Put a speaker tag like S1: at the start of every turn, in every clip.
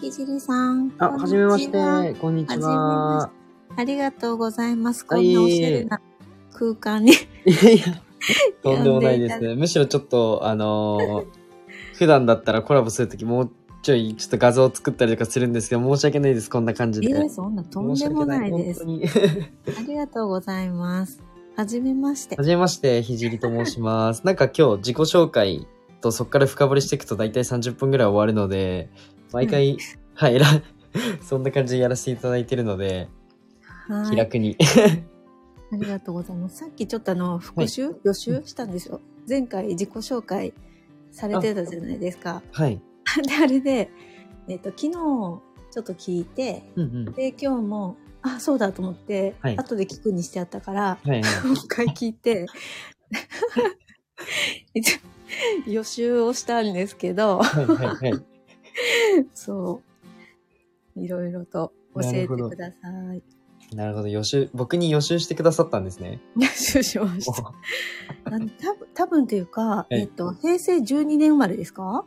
S1: ひじりさん。
S2: あ、
S1: こんに
S2: は
S1: ち
S2: じめまして。こんにちは
S1: は。
S3: ありがとうございます。
S2: は
S3: こ
S2: い
S3: んなおしゃれな空間に。
S2: い やいや、とんでもないですね。むしろちょっと、あ のー普段だったらコラボするときもうちょい、ちょっと画像を作ったりとかするんですけど、申し訳ないです、こんな感じ
S3: え
S2: で。
S3: ー、そんなとんでもないです。
S2: 申し訳ない本当に
S3: ありがとうございます。はじめまして
S2: は。じめまして、ひじりと申します。なんか今日自己紹介とそこから深掘りしていくと大体30分ぐらい終わるので、毎回、はい、 らそんな感じでやらせていただいてるので、
S3: は
S2: 気
S3: い。
S2: 楽に。
S3: ありがとうございます。さっきちょっとあの、復習、予習したんですよ。前回自己紹介されてたじゃないですか。
S2: はい。
S3: で、あれで、えっ、と、昨日ちょっと聞いて、
S2: うん
S3: で、今日も、あ、そうだと思って、
S2: はい
S3: 後で聞くにしてあったから、
S2: うん。はい、はい。
S3: もう一回聞いて、一応予習をしたんですけど、
S2: はい、はい、はい。
S3: そう。いろいろと教えてください。
S2: なるほど、予習、僕に予習してくださったんですね。
S3: 予習しました。 あの多分多分というか、
S2: い
S3: えっと、平成12年生まれですか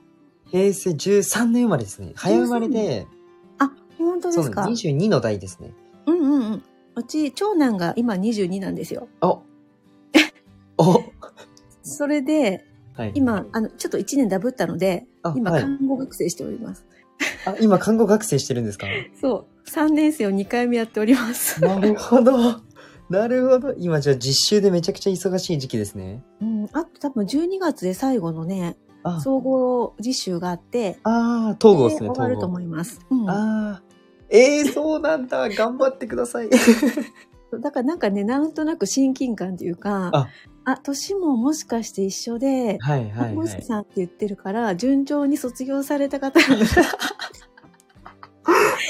S2: 平成13年生まれですね。早生まれで、
S3: あ、本当で
S2: そう
S3: す
S2: な
S3: か
S2: んです。22の代です ね。
S3: うんうんうん。うち、長男が今22なんですよ。
S2: おお
S3: それで、
S2: はい。
S3: 今、あの、ちょっと1年ダブったので、
S2: あ
S3: 今、
S2: はい
S3: 看護学生しております。
S2: あ、今、看護学生してるんですか
S3: そう。3年生を2回目やっております。
S2: なるほど。なるほど。今、じゃあ実習でめちゃくちゃ忙しい時期ですね。
S3: うん、あと多分12月で最後のね、
S2: あ、
S3: 総合実習があって、
S2: あー、統合ですね、
S3: で終わ
S2: 統
S3: ると
S2: 合。
S3: 思います。うん。
S2: あー。えー、そうなんだ。頑張ってく ださい。
S3: だからなんかね、なんとなく親近感というか、
S2: あ
S3: あ、年ももしかして一緒で、
S2: はいはい
S3: 看護
S2: は
S3: 師
S2: い。
S3: さんって言ってるから、順調に卒業された方なんだ 素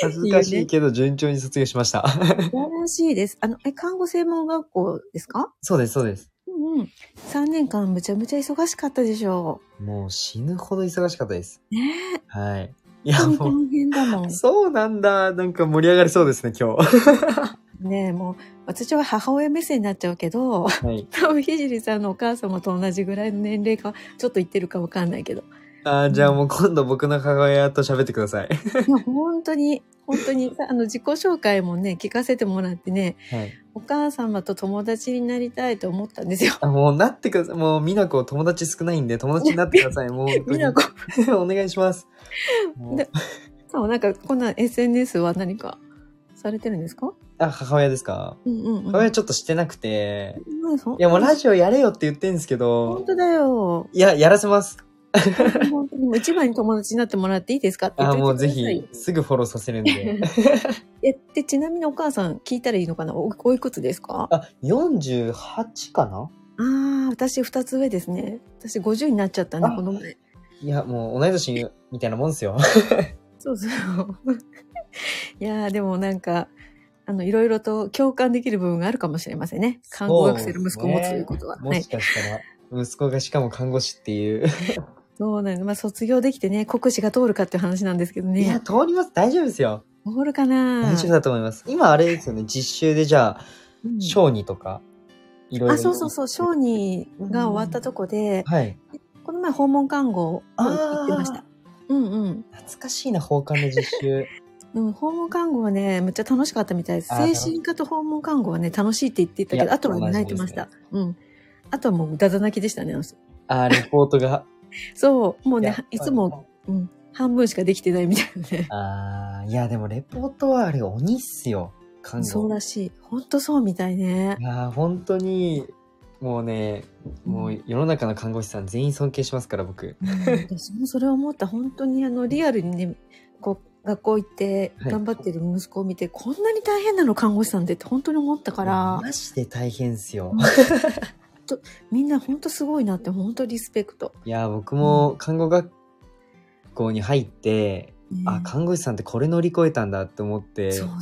S2: 恥ずかしいけど、順調に卒業しました。
S3: 晴らしいです。あの、え、看護専門学校ですか
S2: そうです、そうです。
S3: うんうん。3年間むちゃむちゃ忙しかったでしょ
S2: もう死ぬほど忙しかったです。
S3: う。ねえ。
S2: はい。いや、
S3: 本
S2: も
S3: 当
S2: う
S3: に大変だもん。
S2: そうなんだ。なんか盛り上がりそうですね、今 日。
S3: ねえ、もう、私は母親目線になっちゃうけど、
S2: はい。
S3: 多分ひじりさんのお母様と同じぐらいの年齢か、ちょっと言ってるかわかんない けど。
S2: あーじゃあもう今度僕の母親と喋ってください。
S3: いや、本当に、本当に、あの、自己紹介もね、聞かせてもらってね、
S2: はい。
S3: お母様と友達になりたいと思ったんですよ。
S2: あもうなってください。もう、美奈子友達少ないんで、友達になってく ださい。もう、
S3: みなこ、
S2: お願いします。もう
S3: でそう、なんか、こんな SNS は何かされてるんですか
S2: あ、母親ですか
S3: うんうんうん。
S2: 母親ちょっとしてなくて。
S3: まあそ
S2: いや、もうラジオやれよって言ってんですけ
S3: 本
S2: ど、
S3: 当だよ。
S2: いや、やらせます。
S3: 本当にもう一番に友達になってもらっていいですかって言っ
S2: あ
S3: といて
S2: もうぜ
S3: ください
S2: ひ、すぐフォローさせるん で。
S3: え、で、ちなみにお母さん聞いたらいいのかなおおいくつですか
S2: あ、48かな
S3: ああ、私二つ上ですね。私50になっちゃったんで、
S2: あ
S3: この前。
S2: いや、もう同い年みたいなもんですよ。
S3: そうそう。 いやー、でもなんか、あの、いろいろと共感できる部分があるかもしれませんね。看護学生の息子を持つということは。
S2: も
S3: はい
S2: し。かしたら、息子がしかも看護師っていう。
S3: そうなんです。まあ、卒業できてね、国試が通るかっていう話なんですけど
S2: いや、
S3: ね。
S2: 通ります。大丈夫ですよ。
S3: 通るかな
S2: 大丈夫だと思います。今、あれですよね。実習で、じゃあ、
S3: うん
S2: 小児とか、いろいろ。
S3: あ、そうそうそう、小児が終わったとこで、
S2: はい。
S3: この前訪問看護を行ってました。うんうん。
S2: あー懐かしいな、放課の実習。
S3: うん、訪問看護はね、めっちゃ楽しかったみたいです。
S2: あー
S3: 精神科と訪問看護はね、楽しいって言ってたけ
S2: い
S3: ど、
S2: や
S3: あとはね
S2: 同じ
S3: 泣いてました。うん。あとはもうダダ泣きでしたね、あの人
S2: あー、レポートが。
S3: そう、もう
S2: い
S3: ね、いつも、。うん、半分しかできてないみたいなね。
S2: あー、いや、でも、レポートはあれ、鬼っすよ。看護。
S3: そうらしい。ほんとそうみたいね
S2: い。やー、本当に、もうね、もう世の中の看護師さん全員尊敬しますから、僕。
S3: 私もそれを思った。本当にあの、リアルにね、こう、学校行って、
S2: はい
S3: 頑張ってる息子を見て、こんなに大変なの看護師さんってって本当に思ったから、
S2: マジで大変っすよ。
S3: みんな本当すごいなって、本当リスペクト。
S2: いやー僕も看護学校に入って、
S3: ね
S2: あ看護師さんってこれ乗り越えたんだって思って
S3: そうだよ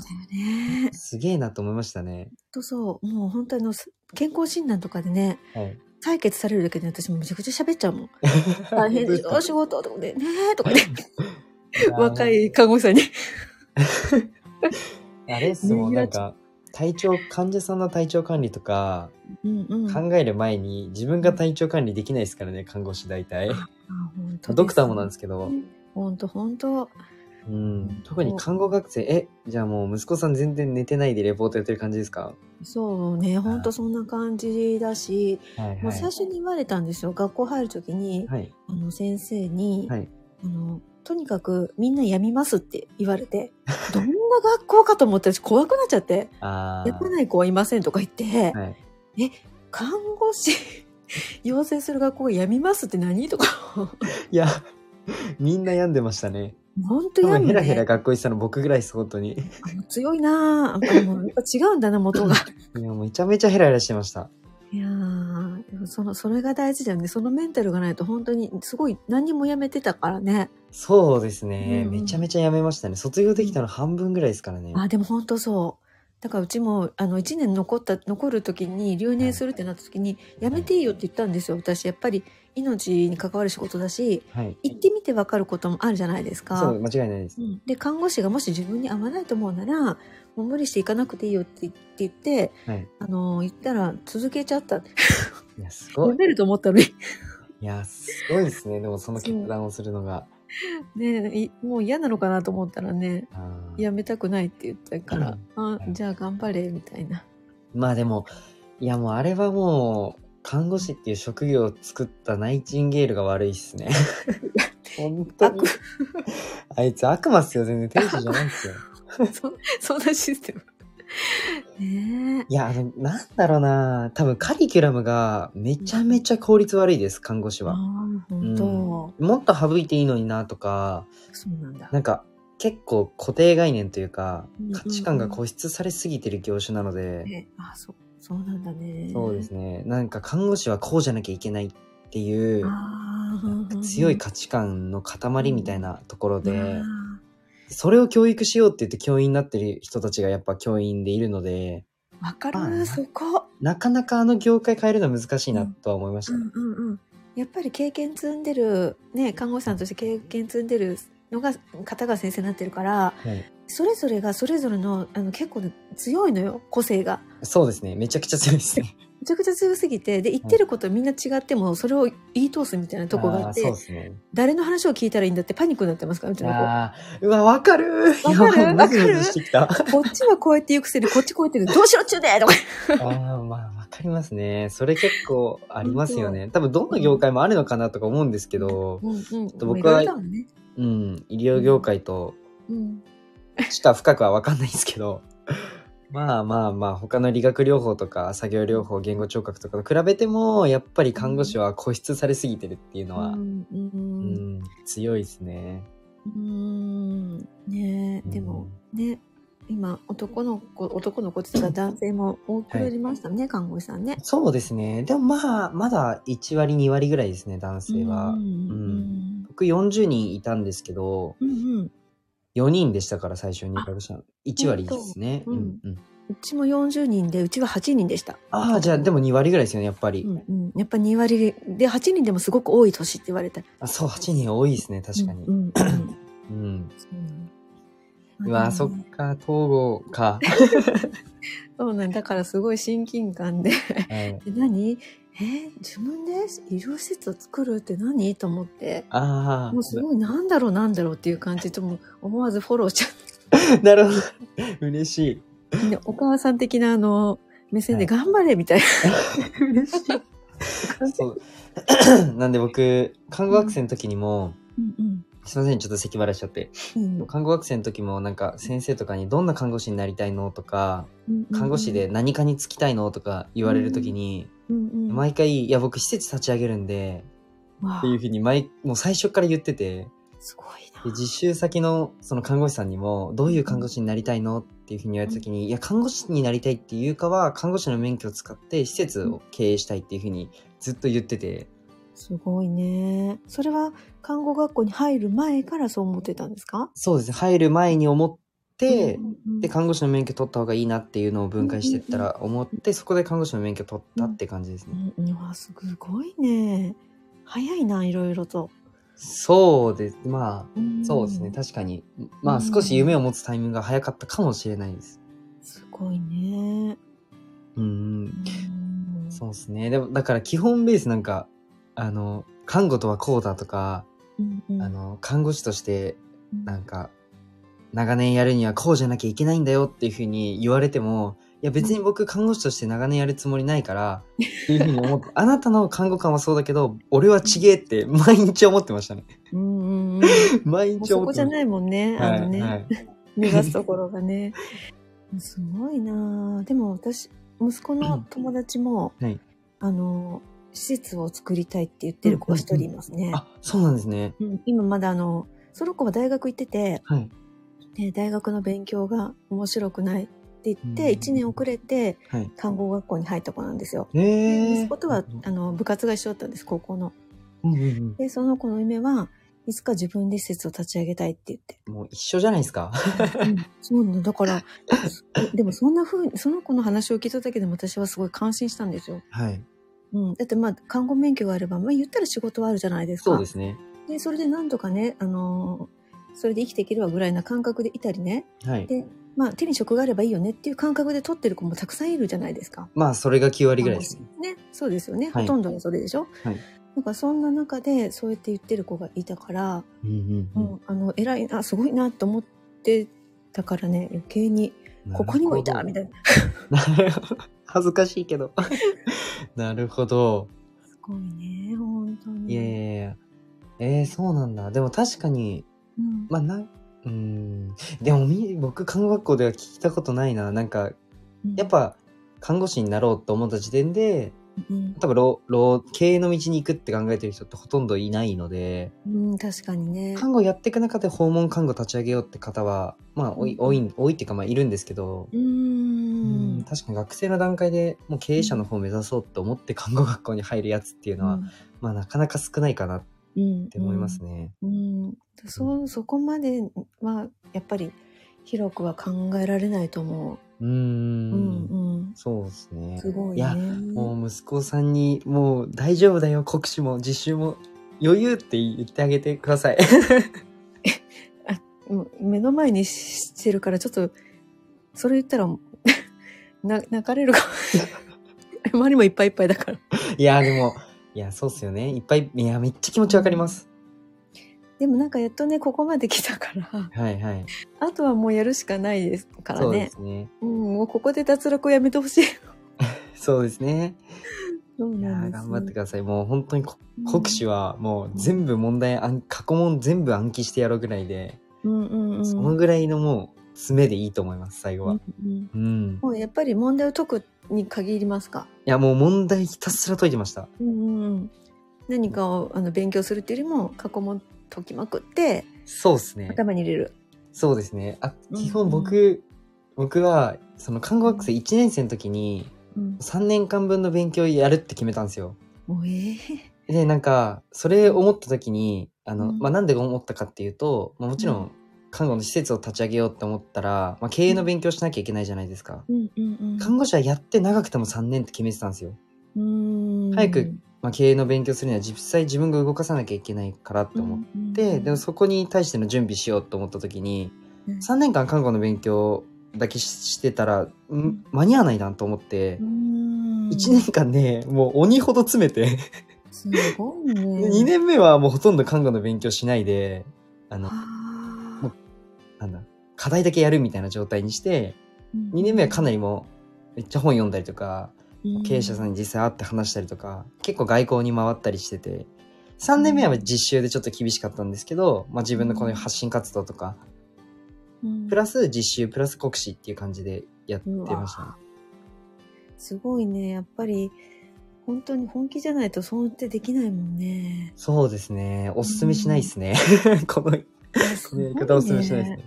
S3: ね。
S2: すげえなと思いましたね。
S3: ほんとそう。もう本当あの、す健康診断とかでね、
S2: はい、
S3: 採血されるだけで私もめちゃくちゃ喋っちゃう もん。大変でしょ、仕事とかで、ねえとかね、 若い看護師さんに。
S2: あれっすもんなんか体調患者さんの体調管理とか
S3: うんうん。あ
S2: 考える前に自分が体調管理できないですからね看護師大体
S3: 本当
S2: ドクターもなんですすけど
S3: 本当本当。
S2: うん、特に看護学生、え、じゃあもう息子さん全然寝てないでレポートやってる感じですか
S3: そうね、ほんとそんな感じだし、
S2: はい
S3: もう最初に言われたんですよ。学校入る時に、
S2: はい。
S3: あの先生に、
S2: はい
S3: あの、とにかくみんなやみますって言われて、どんな学校かと思って私怖くなっちゃって、
S2: あ
S3: や
S2: ー
S3: ってない子はいませんとか言って、
S2: はい。
S3: 看護師 養成する学校がやみますって何とか、
S2: いや、みんな病んでましたね。
S3: ほんと
S2: 多
S3: や
S2: 分
S3: む
S2: ヘラヘラ
S3: ね。
S2: 学校行ってたの僕ぐらいです、本当に。い
S3: あの強いなぁ。あのやっぱ違うんだな、元が。
S2: や、もうめちゃめちゃヘラヘラしてました。
S3: いやーでもその、それが大事だよね。そのメンタルがないと本当に、すごい何にもやめてたからね。
S2: そうです
S3: う
S2: ね。
S3: んうん
S2: めちゃめちゃやめましたね。卒業できたの半分ぐらいですからね。
S3: あ、でも本当そう。だからうちも、あの、1年残った、残る時に、留年するってなった時に、やめていいよって言ったんですよ。私、やっぱり命に関わる仕事だし、
S2: はい。
S3: 行ってみてわかることもあるじゃないです
S2: そ
S3: か
S2: う、。間違いないです
S3: う。んで、看護師がもし自分に合わないと思うなら、もう無理して行かなくていいよってって言って、
S2: はい。
S3: あの、言ったら続けちゃ った。
S2: いや、す
S3: や
S2: ごい。
S3: めると思ったのに。
S2: いや、すごいですね。でも、その決断をするのが。
S3: ねいもう嫌なのかなと思ったらね、
S2: あー
S3: やめたくないって言ったから、あ
S2: うん
S3: じゃあ頑張れみたいな。
S2: まあでも、いや、もうあれはもう、看護師っていう職業を作ったナイチンゲールが悪いっすね。本当に。あいつ悪魔っすよ。全然天使じゃないっすよ。
S3: そそんなシステム。 ね
S2: いや、あの、なんだろうな多分カリキュラムがめちゃめちゃ効率悪いです、看護師
S3: え。
S2: は。
S3: ああ、本当、
S2: もっと省いていいのになとか、
S3: そうなんだ。
S2: なんか結構固定概念というか
S3: うんうんうん
S2: 価値観が固執されすぎてる業種なので、
S3: ね、あそう、そうなんだね。
S2: そうですね。なんか看護師はこうじゃなきゃいけないっていう、
S3: ああ、
S2: 強い価値観の塊みたいなところ
S3: あ
S2: で
S3: ー、
S2: それを教育しようって言って教員になってる人たちがやっぱ教員でいるので、
S3: わか
S2: まあ
S3: る、
S2: ね
S3: そこ。
S2: なかなかあの業界変えるのは難しいなとは思いまし
S3: う
S2: たね。
S3: んうんうん。やっぱり経験積んでる、ね、看護師さんとして経験積んでるのが、方が先生になってるから、
S2: はい
S3: それぞれがそれぞれの、あの、結構ね、強いのよ、個性が。
S2: そうですね。めちゃくちゃ強いですね。
S3: めちゃくちゃ強すぎて、で、言ってることみんな違っても、それを言い通すみたいな とこがあっ
S2: ーそう
S3: て
S2: で、すね。
S3: 誰の話を聞いたらいいんだってパニックになってますから、うちの子。
S2: あーうわ、わかる
S3: わかる
S2: いやもうムズムズしてきた。
S3: こっちはこうやって言うくせに、こっちこうやって言うどうしろっちゅうねとか。
S2: ああ、まあ、わかりますね。それ結構ありますよね。多分、どんな業界もあるのかなとか思うんですけど、
S3: うんうん。
S2: と僕は
S3: もういろいろだもんね。
S2: うん、医療業界と
S3: うん。
S2: しか深くはわかんないですけど、 まあまあまあ、他の理学療法とか作業療法、言語聴覚とかと比べても、やっぱり看護師は固執されすぎてるっていうのは
S3: う、んう。
S2: うんん、強いですね。
S3: うん。ねえでも、ね、今、男の子、男の子って言ったら男性も多くなりましたね、看護師さんね。
S2: そうですね。でもまあ、まだ1割、2割ぐらいですね、男性は。
S3: うん
S2: 僕40人いたんですけど、
S3: うんうん。
S2: 4人でしたから最初に入学したの1割ですね、う
S3: 本当
S2: んうん、
S3: うちも40人で、うちは8人でした。
S2: ああじゃあでも2割ぐらいですよねやっぱり、
S3: うんうん、やっぱ2割で8人でもすごく多い年って言われた
S2: あそう8人多いですね確かに
S3: う
S2: うん
S3: んうん うん
S2: う
S3: そうなの
S2: わーそっか統合か、
S3: そうなんだからすごい親近感で
S2: はい、
S3: で何えー自分で医療施設を作るって何と思って
S2: あ
S3: もうす
S2: あ
S3: ごいなんだろうなんだろうっていう感じとも思わずフォローしちゃっ
S2: なるほど嬉しい
S3: てでお母さん的なあの目線で
S2: は
S3: 頑張れみたいな、嬉しい、
S2: そう なんで僕看護学生の時にも、
S3: うんうん
S2: すいませんちょっと咳払いしちゃって
S3: いいよ
S2: 看護学生の時もなんか先生とかにどんな看護師になりたいのとか
S3: うんうんうん
S2: 看護師で何かに就きたいのとか言われる時に、
S3: うんうん
S2: 毎回、いや、僕施設立ち上げるんで、っ
S3: わ
S2: ていうふうに、毎、もう最初から言ってて、
S3: あすごい
S2: で
S3: な
S2: 実習先のその看護師さんにも、どういう看護師になりたいのっていうふうに言われた時に、いや、看護師になりたいっていうかは、看護師の免許を使って施設を経営したいっていうふうにずっと言ってて、
S3: すごいねそれは看護学校に入る前からそう思ってたんですか
S2: そうですね、入る前に思って、
S3: うんうん
S2: で、看護師の免許取った方がいいなっていうのを分解してったら思って、そこで看護師の免許取ったって感じです
S3: う
S2: ね。
S3: んうん、うわすごいね早いないろいろと、
S2: そうです。まあ、
S3: ん
S2: そうですね、確かに。まあ、少し夢を持つタイミングが早かったかもしれないです。
S3: すごいね
S2: うんう
S3: う
S2: ん、
S3: ん
S2: そうですね。でも、だから基本ベースなんか、あの、看護とはこうだとか、
S3: うんうん
S2: あの、看護師として、なん
S3: か
S2: か、長年やるにはこうじゃなきゃいけないんだよっていうふうに言われても、いや別に僕看護師として長年やるつもりないから、っていうふうに思 って、あなたの看護官はそうだけど、俺はちげえって毎日思ってましたね。
S3: うんうんうん。
S2: 毎
S3: もう
S2: 日
S3: そ
S2: 思
S3: こ
S2: っ
S3: じ
S2: て
S3: ゃ
S2: まし
S3: ないもんね。
S2: た。
S3: あのね、
S2: はい、はい。
S3: 目指すところがね。 すごいなあでも私、息子の友達も、
S2: はい
S3: あの、施設を作りたいって言ってる子が一人いますね。
S2: あ、そうなんですね。
S3: うん今まだあの、その子は大学行ってて、
S2: はい。
S3: ね、大学の勉強が面白くないって言っ
S2: うん
S3: て、1年遅れて
S2: はい。
S3: 看護学校に入った子なんですよ。
S2: えー。
S3: 息子とはあの部活が一緒だったんです、高校の。
S2: うんうん
S3: で、その子の夢はいつか自分で施設を立ち上げたいって言って。
S2: うん。もう一緒じゃないですか。
S3: うんそうなのだから、でもそんな風に、その子の話を聞いただけでも私はすごい感心したんですよ。
S2: はい。
S3: うん。だってまあ、看護免許があれば、まあ言ったら仕事はあるじゃないですか。
S2: そうですね。
S3: でそれでなんとかね、あのーそれで生きていけるわぐらいな感覚でいたりね、
S2: はい。
S3: でまあ手に職があればいいよねっていう感覚で取ってる子もたくさんいるじゃないですか。
S2: まあ、それが9割ぐらいですね。
S3: ね、そうですよね。
S2: はい
S3: ほとんどがそれでしょ。
S2: はい
S3: なんかそんな中でそうやって言ってる子がいたから、
S2: うん
S3: うんあの偉いなすごいなと思ってたからね余計に
S2: うん
S3: ここにもいたみたいな。
S2: なるほど。 恥ずかしいけ ど。なるほど。
S3: すごいね本当に。
S2: いやいやいや。えー、そうなんだ。でも確かに、
S3: うん
S2: まあ、な、うーん。でもみ、僕、看護学校では聞いたことないな。なんか、やっ、ぱ、看護師になろうと思った時点で、
S3: うん
S2: 多分老、老、経営の道に行くって考えてる人ってほとんどいないので、
S3: うん、確かにね。
S2: 看護やっていく中で訪問看護立ち上げようって方は、まあ、多い、多い、多いっていうか、まあ、いるんですけど、
S3: うーん
S2: うん確かに学生の段階でもう経営者の方を目指そうと思って看護学校に入るやつっていうのは、まあなかなか少ないかなっ
S3: うん、って
S2: 思いますね。
S3: うん、そそこまではやっぱり広くは考えられないと思
S2: うー
S3: う。
S2: ん
S3: う、ん
S2: そうです
S3: うん、
S2: ね。
S3: すごいね。
S2: やもう息子さんにもう大丈夫だよ国試も実習も余裕って言ってあげてください。
S3: もう目の前にししてるからちょっとそれ言ったら な泣かれるかもしれない。 周りもいっぱいいっぱいだから。
S2: いやでもいやそうっすよね。いっぱいいやめっちゃ気持ちわかります。
S3: でもなんかやっとねここまで来たから
S2: はいはい。
S3: あとはもうやるしかないですから
S2: そうで
S3: ね。
S2: すね。
S3: うん、もうここで脱落をやめてほしい。
S2: そうですね。
S3: そう
S2: いや
S3: なん
S2: ー
S3: です。
S2: 頑張ってください。もう本当にこ
S3: うん
S2: 国試はもう全部問題暗過去問全部暗記してやろうぐらいで、
S3: うんうんうん。
S2: そのぐらいのもう詰めでいいと思います最後
S3: う
S2: は
S3: ん。うん
S2: うん。
S3: もうやっぱり問題を解くに限りますか。
S2: いやもう問題ひたすら解いてました。
S3: うんうんうん、何かをあの勉強するっていうよりも過去問解きまくって
S2: そうですね。
S3: 頭に入れる。
S2: そうですね。あ
S3: うん
S2: 基本僕、僕はその看護学生1年生の時に
S3: うん、
S2: 3年間分の勉強やるって決めたんですよ。
S3: もうええ
S2: でなんかそれ思った時にあの、
S3: うん
S2: まあ、なんで思ったかっていうと、まあ、もちろ
S3: うん
S2: 看護の施設を立ち上げようって思ったら、まあ、経営の勉強しなきゃいけないじゃないですか、
S3: うんうん
S2: 看護師はやって長くても3年って決めてたんですよ、
S3: うん。うん
S2: 早くまあ、経営の勉強するには実際自分が動かさなきゃいけないからって思っ
S3: うんうん
S2: て、でもそこに対しての準備しようと思った時に
S3: うん
S2: 3年間看護の勉強だけししてたら、うん、間に合わないなと思って
S3: う、ん
S2: 1年間で、もう鬼ほど詰めて
S3: すごい ね。
S2: 2年目はもうほとんど看護の勉強しないで、あの、
S3: は
S2: もなんだ、課題だけやるみたいな状態にして、2年目はかなりもう、めっちゃ本読んだりとか、
S3: り
S2: 経営者さんに実際会って話したりとか、結構外交に回ったりしてて、3年目は実習でちょっと厳しかったんですけど、まあ自分のこの発信活動とか、
S3: ん
S2: プラス実習、プラス国試っていう感じでやってましたね。
S3: すごいねやっぱり本当に本気じゃないとそうってできないもんね。
S2: そうですね。おすすめしないですね。 この、こ
S3: こ
S2: の言い方おすすめしないですね。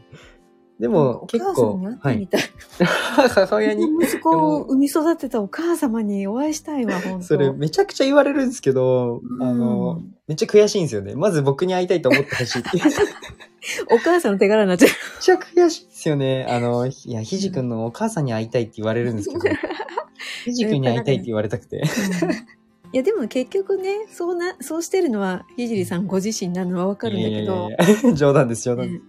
S2: でも
S3: お
S2: 結
S3: 母さん
S2: 構
S3: に会っ、
S2: は
S3: てみ
S2: い。
S3: たい。
S2: 母親に、
S3: 息子を産み育てたお母様にお会いしたいわ、本当
S2: それめちゃくちゃ言われるんですけど、あの、めっちゃ悔しいんですよね。まず僕に会いたいと思って ほしいって。めっ
S3: お母さんの手柄になっちゃ
S2: ちゃ悔しいですよね。あの、いや、ひじくんのお母さんに会いたいって言われるんですけど、ひじくんに会いたいって言われたく て。
S3: う。いや、でも結局ね、そうな、そうしてるのは、ひじりさんご自身なのはわかるんだけど
S2: いやいやいや 冗談です、冗談で
S3: ね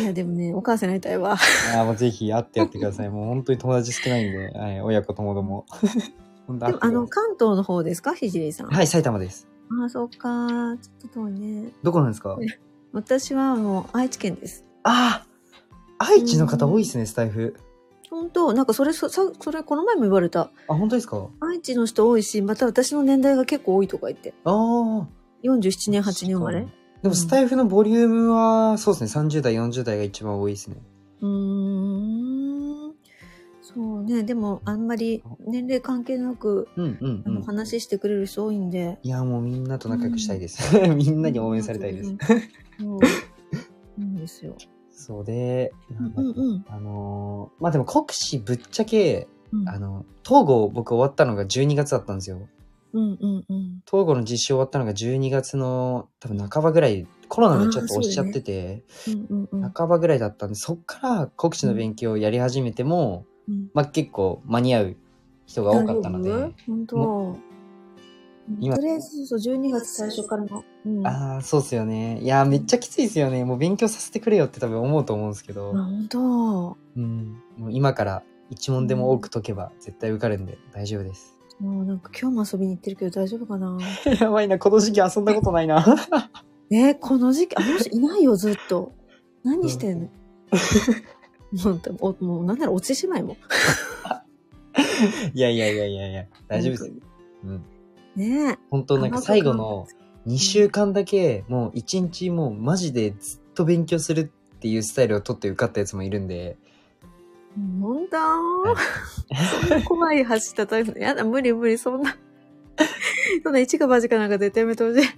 S3: いや、でもね、お母さんになりたいわ。
S2: す。ああ、もうぜひ会ってやってください。もう本当に友達少ないんで、はい、親子ともども。 本当
S3: でも
S2: 会っ
S3: あ
S2: て、ください
S3: の、関東の方ですか、ひじりさん。
S2: はい、埼玉です。
S3: ああ、そうか。ちょっと遠いね。
S2: どこなんですか
S3: 私はもう愛知県です。
S2: ああ愛知の方多いですね、スタイフ。
S3: 本当なんかそれそさそれこの前も言われた
S2: あ、本当ですか
S3: 愛知の人多いしまた私の年代が結構多いとか言って
S2: ああ。
S3: 47年8年生まれ
S2: でもスタイフのボリュームは、そうですね、30代、40代が一番多いですね。
S3: うーんそうねでもあんまり年齢関係なく
S2: うんうん
S3: あ
S2: う
S3: の
S2: ん。
S3: 話してくれる人多いんで
S2: いや、もうみんなと仲良くしたいです。 みんなに応援されたいです。
S3: うんうんうんそうなんですよ
S2: そうで、なんだ
S3: うんうんうん
S2: あのーまあでも国試ぶっちゃけ、
S3: うん
S2: あの、東郷僕終わったのが12月だったんですよ。
S3: うんうんうん
S2: 東郷の実習終わったのが12月の多分半ばぐらい、コロナでちょっと押しちゃってて、
S3: うんうんうん
S2: 半ばぐらいだったんで、そっから国試の勉強をやり始めても、
S3: うん
S2: まあ結構間に合う人が多かったの
S3: 大丈
S2: で
S3: 夫、本当
S2: 今
S3: とりあえずそう12月最初からの、うん、あ
S2: ああ、そうっすよね。いやー、めっちゃきついですよね。もう勉強させてくれよって多分思うと思うんですけど、
S3: 本当
S2: うん。もう今から一問でも多く解けば絶対受かるんで大丈夫です。
S3: もうなんか今日も遊びに行ってるけど大丈夫かな
S2: やばいな、この時期遊んだことないな。
S3: ねこの時期あの人いないよずっと何してん の、本当おもうなんなら落ちてしまいも
S2: いやいやいやいやいや、大丈夫です。うん。
S3: ね
S2: 本当なんか最後の2週間だけ、もう1日もうマジでずっと勉強するっていうスタイルを取って受かったやつもいるんで、
S3: 本当そんな怖い橋叩いてやだ無理無理そんなそんな一か八かなんか絶対やめてほしい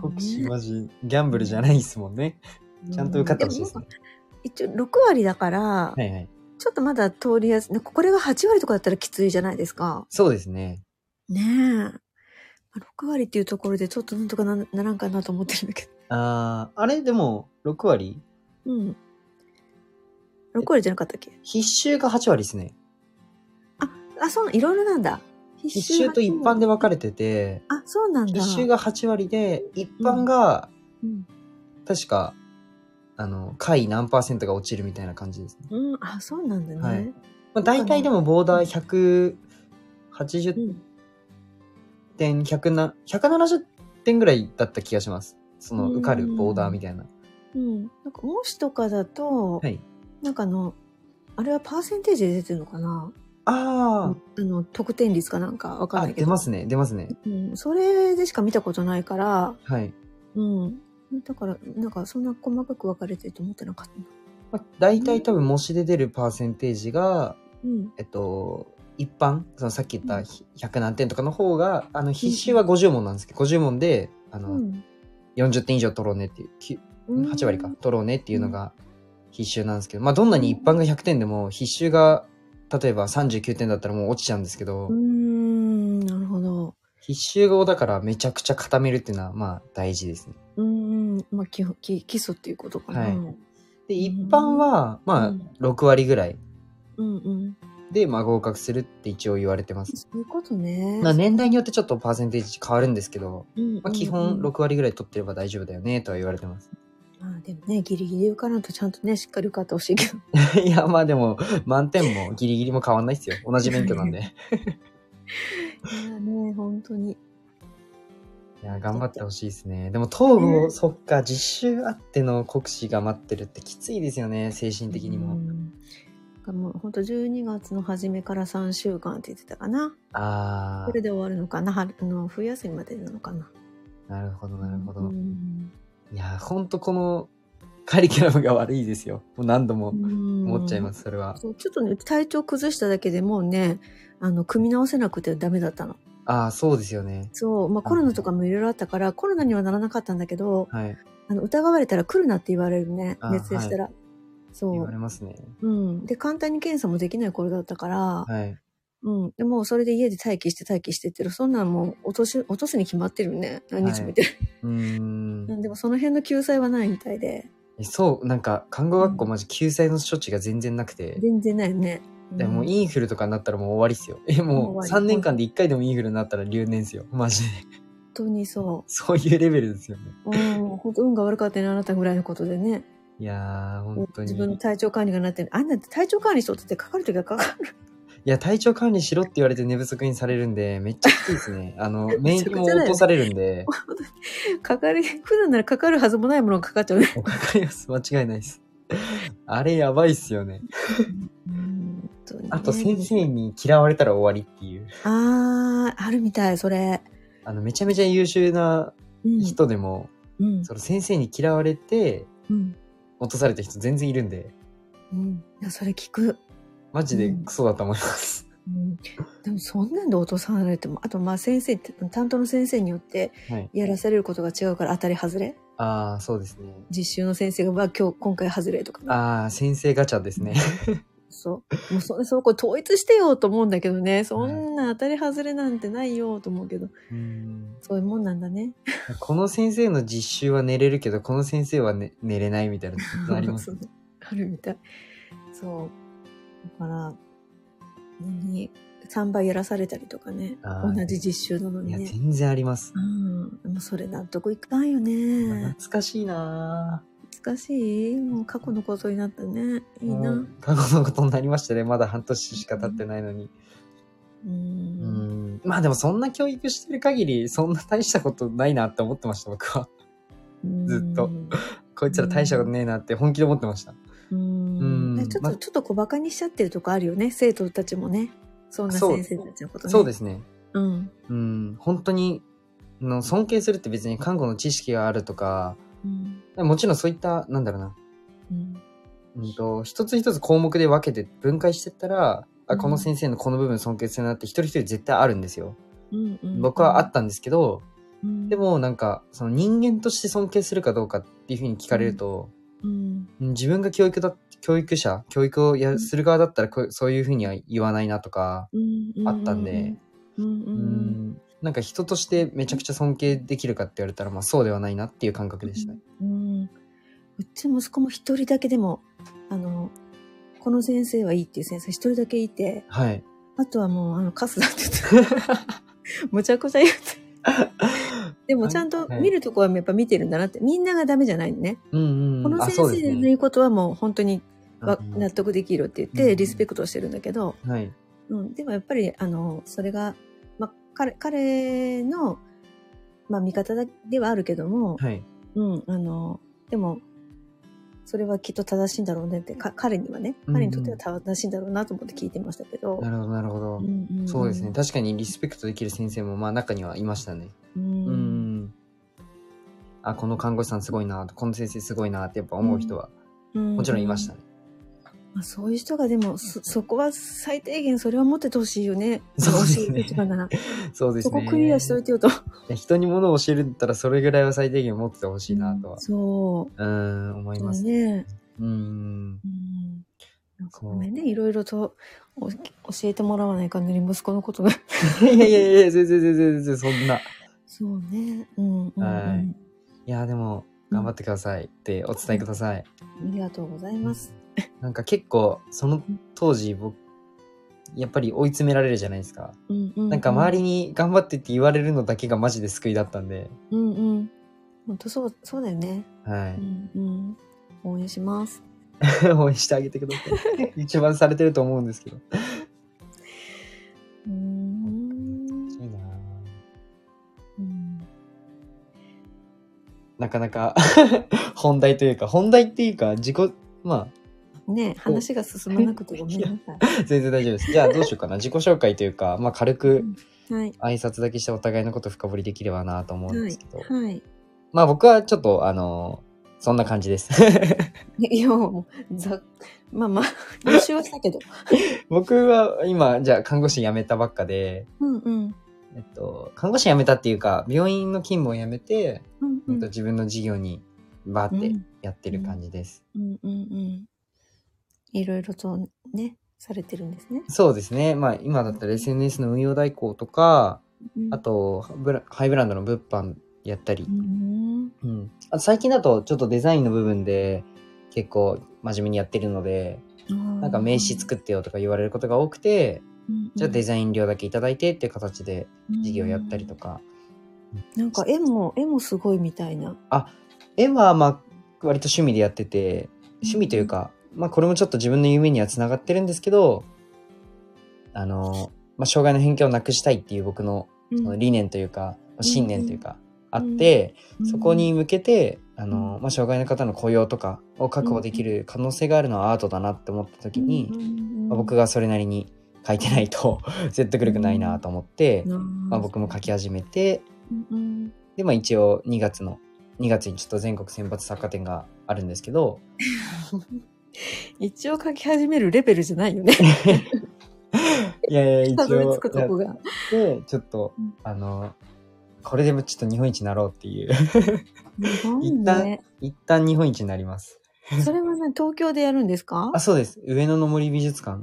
S2: 国試マジギャンブルじゃないですもんね。ちゃんと受かってほしいですね。
S3: 一応6割だから、
S2: はいはい。
S3: ちょっとまだ通りやすい。これが8割とかだったらきついじゃないですか。
S2: そうですね。
S3: ねえ。まあ6割っていうところでちょっとなんとかなならんかなと思ってるんだけ
S2: あーあれでも6割
S3: ど。うん。6割じゃなかったっけ
S2: 必修が8割ですね。
S3: あ、そうなん、いろいろなんだ。必
S2: 必修と一般で分かれてて、
S3: あ、そうなんだ。
S2: 必修が8割で、一般が
S3: うん。
S2: 確か、あの、回何パーセントが落ちるみたいな感じですね。
S3: うん。あ、そうなんだね。
S2: はいまあ、大体でもボーダー
S3: う
S2: 180
S3: ん。
S2: 点、100な170点ぐらいだった気がします。その受かるボーダーみたいな。
S3: うん。なんか、模試とかだと、
S2: はい。
S3: なんかあの、あれはパーセンテージで出てるのかな
S2: あ
S3: あの、得点率かなんかわ
S2: あ、
S3: かん
S2: あ、
S3: ないけ
S2: 出
S3: ど。
S2: ますね、出ますね。
S3: うん。それでしか見たことないから、
S2: はい。
S3: うん。だから、なんかそんな細かく分かれてると思ってなかったな。
S2: まあ、大体多分模試で出るパーセンテージが、
S3: うん。
S2: えっと、一般、そのさっき言ったひ100何点とかの方が、あの、必修は50問なんですけど、50問で、あの、40点以上取ろうねっていう、き
S3: うん
S2: 8割か、。取ろうねっていうのが必修なんですけど、まあ、どんなに一般が100点でも、必修が、例えば39点だったらもう落ちちゃうんですけど
S3: うー、ん、なるほど。
S2: 必修語だからめちゃくちゃ固めるっていうのは、まあ、大事ですね。
S3: うーん、まあ基本基、基礎っていうことかな。
S2: はい
S3: うん
S2: で、一般は、まあ、6割ぐらい
S3: うん。
S2: で、まあ、合格するって一応言われてます。
S3: そういうことね。
S2: まあ、年代によってちょっとパーセンテージ変わるんですけど、
S3: うんうんうん
S2: まあ、基本6割ぐらい取ってれば大丈夫だよねとは言われてます。
S3: まあでもね、ギリギリ受からんとちゃんとね、しっかり受かってほしい けど。
S2: いや、まあでも、満点もギリギリも変わんないっすよ。同じ免許なん で。
S3: いやね、本当に。
S2: いや、頑張ってほしいですね。でも、東郷、そっか、実習あっての国試が待ってるってきついですよね、精神的に
S3: う
S2: も。
S3: ん。だからもう本当12月の初めから3週間って言ってたかな。
S2: あ
S3: これで終わるのかな春あの冬休みまでなのかな。
S2: ー、なるほど、なるほ
S3: う
S2: ど。
S3: ん
S2: いや、ほんとこのカリキュラムが悪いですよ。もう何度も思
S3: 思。
S2: っちゃいますす、それは。
S3: そうちょっとね、体調崩しただけでもうね、あの、組み直せなくてダメだったの。
S2: ああ、そうですよね。
S3: そう、まあコロナとかもいろいろあったから、コロナにはならなかったんだけど、
S2: はい。
S3: あの、疑われたら来るなって言われるね
S2: あ、
S3: 熱したら。そ
S2: 言わ
S3: う。
S2: れますね。
S3: うん。で、簡単に検査もできない頃だったから、
S2: はい。
S3: うん。でもうそれで家で待機して待機してってる。そんなんもう落とし、落とすに決まってるよね。何日もいてる。
S2: うーん。
S3: うんでもその辺の救済はないみたいで、
S2: えそう、なんか、看護学校マジ救済の処置が全然なくて。
S3: 全然ないよね。
S2: でもうインフルとかになったらもう終わりっすよ。え、
S3: もう
S2: もう
S3: 終わ
S2: 3
S3: り
S2: 年間で1回でもインフルになったら留年っすよ。 マジで。
S3: 本当にそ
S2: そういうレベルですよね。
S3: う。うん。本当運が悪かったね、あなたぐらいのことでね。
S2: いやー、本当に。
S3: 自分の
S2: い
S3: 体調管理がなってるあんなって体調管理しとってってかかるときはか かる。
S2: や、体調管理しろって言われて寝不足にされるんで、めっちゃきついです ね。あの、免疫も落とされるんで、
S3: かかる、普段ならかかるはずもないものがかかっちゃうね。
S2: わかります。間違いないです。 あれやばいっすよね。
S3: うん本当にね
S2: あと先生に嫌われたら終わりっていう。
S3: ああ、あるみたい、それ。
S2: あの、めちゃめちゃ優秀な
S3: うん。
S2: 人でも、
S3: うん。
S2: その先生に嫌われて、
S3: うん。
S2: 落とされた人全然いるんで、
S3: うん。いや、それ聞く。
S2: マジで
S3: うん
S2: クソだと思います。
S3: うん、でもそんなんで落とされてもあとまあ先生って担当の先生によって
S2: はい。
S3: やらされることが違うから当たり外れ
S2: ああ、そうですね。
S3: 実習の先生がうわ今日今回外れとかね、
S2: ああ、先生ガチャですね。
S3: そうもうそそこ統一してよと思うんだけどねそんな当たり外れなんてないよと思うけど
S2: うん
S3: そういうもんなんだね
S2: この先生の実習は寝れるけど、この先生は、ね、寝れないみたいな、ずっとあります
S3: そ。うあるみたいそうだから何3倍やらされたりとかね
S2: あー
S3: 同じ実習なの
S2: い
S3: に
S2: や、
S3: ね
S2: 全然あります。
S3: うんでもそれ納得いかんよね
S2: 懐かしいなぁ
S3: 難しいもう過去のことになったねいいな
S2: もう過去のことになりましたね。まだ半年しか経ってないのに。
S3: う
S2: うんん。まあでもそんな教育してる限り、そんな大したことないなって思ってました、僕は。ずっとこいつら大したことねえなって本気で思ってました。
S3: うん
S2: うん
S3: ねちょっと、
S2: ま
S3: ちょっと小馬鹿にしちゃってるとこあるよね生徒たちもねそんな
S2: そう
S3: 先生たちのことね
S2: そうですすね。
S3: うん
S2: うん。本当に、の尊敬するって別に看護の知識があるとか、
S3: うん
S2: もちろんそういった、なんだろうな。
S3: うん
S2: うんと、一つ一つ項目で分けて分解してった
S3: う
S2: ら、あ
S3: ん
S2: この先生のこの部分尊敬するなって一人一人絶対あるんですよ。
S3: うんうん
S2: 僕はあったんですけど、
S3: うん
S2: でもなんかその人間として尊敬するかどうかっていうふうに聞かれると、
S3: うん
S2: うん自分が教育だ教育者教育を
S3: う
S2: や
S3: ん
S2: する側だったらこうそういうふうには言わないなとか、
S3: うんう
S2: あったんで
S3: うんう
S2: うんんなんか人としてめちゃくちゃ尊敬できるかって言われたらまあそうではないなっていう感覚でした、
S3: うんうんうちの息子も一人だけでもあのこの先生はいいっていう先生一人だけいて
S2: はい
S3: あとはもう、あの、カスだって言ってた。むちゃくちゃ言って。でも、ちゃんと
S2: はい
S3: 見るとこはやっぱ見てるんだなって。みんながダメじゃないのね。
S2: うんう
S3: こ
S2: ん
S3: の
S2: あ
S3: 先
S2: そう
S3: 生
S2: です
S3: の
S2: ね
S3: 言うことはもう本当にわ
S2: うん
S3: 納得できるって言っ
S2: うんう
S3: て、
S2: ん
S3: リスペクトしてるんだけど、
S2: はい
S3: うん、でもやっぱり、あの、それが、まあ、彼、彼の、まあ、見方だではあるけども、
S2: はい
S3: うん、あの、でも、それはきっと正しいんだろうねって、か彼にはね、
S2: うんうん
S3: 彼にとっては正しいんだろうなと思って聞いてましたけど。
S2: なるほどなるほど、
S3: うんんん
S2: そうですね。確かにリスペクトできる先生もまあ中にはいましたね
S3: うん
S2: うんあこの看護師さんすごいなこの先生すごいなってやっぱ思う人はも
S3: も
S2: ちろんいましたね、
S3: まあ、そういう人がでもそそこは最低限それは持っててほしいよね。
S2: そうです
S3: 教える
S2: ね
S3: 立場なら。
S2: そうです
S3: そ
S2: ね
S3: こクリアしといてよと。
S2: いや人に物を教えるんだったらそれぐらいは最低限持っててほしいなとは
S3: そう
S2: ーん思
S3: う。
S2: います
S3: ね。
S2: うーん
S3: うん。なんか
S2: そう
S3: ごめんね、いろいろとお教えてもらわないからね、息子のことが。
S2: いやいやいや全然全然全然そんない
S3: そうね。うん、うんうん。
S2: はやでも
S3: うん
S2: 頑張ってくださいってお伝えくださ
S3: あ
S2: い、
S3: りがとうございます。
S2: なんか結構その当時僕やっぱり追い詰められるじゃないですか、
S3: うんうん、
S2: なんか周りに頑張ってって言われるのだけがマジで救いだったんで
S3: り。うんうん。本当そう、そうだよね。
S2: は
S3: う
S2: い、
S3: んうん。応援します。
S2: 応援してあげてくださ い一番されてると思うんですけど
S3: うーん。
S2: いいなぁ
S3: うん
S2: なかなか 本題というか本題っていうか自己まあ
S3: ね話が進まなくてごめんな さい。
S2: 全然大丈夫です。じゃあどうしようかな。自己紹介というか、まあ軽く
S3: はい。
S2: 挨拶だけしてお互いのこと深掘りできればなと思うんですけど。
S3: はい。はい。
S2: まあ僕はちょっと、あのそんな感じです。
S3: いや、もう、ざ、まあまあ、予習はしたけど。
S2: 僕は今、じゃあ看護師辞めたばっかで、
S3: うんうん。
S2: えっと、看護師辞めたっていうか、病院の勤務を辞めて、
S3: うんう
S2: ほん
S3: ん
S2: と。自分の事業にバーってやってる感じです。
S3: うんうんうん。いろいろとね、されてるんですね。
S2: そうですね。まあ今だったら SNS の運用代行とか、あとブラハイブランドの物販やったり
S3: う、ん。
S2: うん、あと最近だとちょっとデザインの部分で結構真面目にやってるので
S3: な
S2: なんか名刺作ってよとか言われることが多くてじゃあデ
S3: ザ
S2: ザイン料だけいただいてっていう形で事業やったりと
S3: か。
S2: か
S3: なんか絵も、絵もすごいみたいな。
S2: 絵はまあ割と趣味でやってて趣味というかまあこれもちょっと自分の夢にはつながってるんですけどあの、まあ、障害の偏見をなくしたいっていう僕の
S3: うん
S2: その理念というか信念というかあって、
S3: うん
S2: そこに向けてあの
S3: う、ん
S2: まあ、障害の方の雇用とかを確保できる可能性があるのはアートだなって思った時に、まあ僕
S3: が、
S2: がそれなりに書いてないと 説得力ないなと思って、まあ、僕も書き始めて
S3: うん
S2: で、まあ、一応2月の2月にちょっと全国選抜作家展があるんですけ ど
S3: 一応書き始めるレベルじゃないよ ね。
S2: いやい や一
S3: たどり
S2: 応
S3: 着くとこが。
S2: でちょっと、
S3: うん
S2: あのこれでもちょっと日本一になろうっていう
S3: すごいね。
S2: 一旦日本一になります
S3: それはね、東京でやるんですか
S2: あそうです上野の森美術館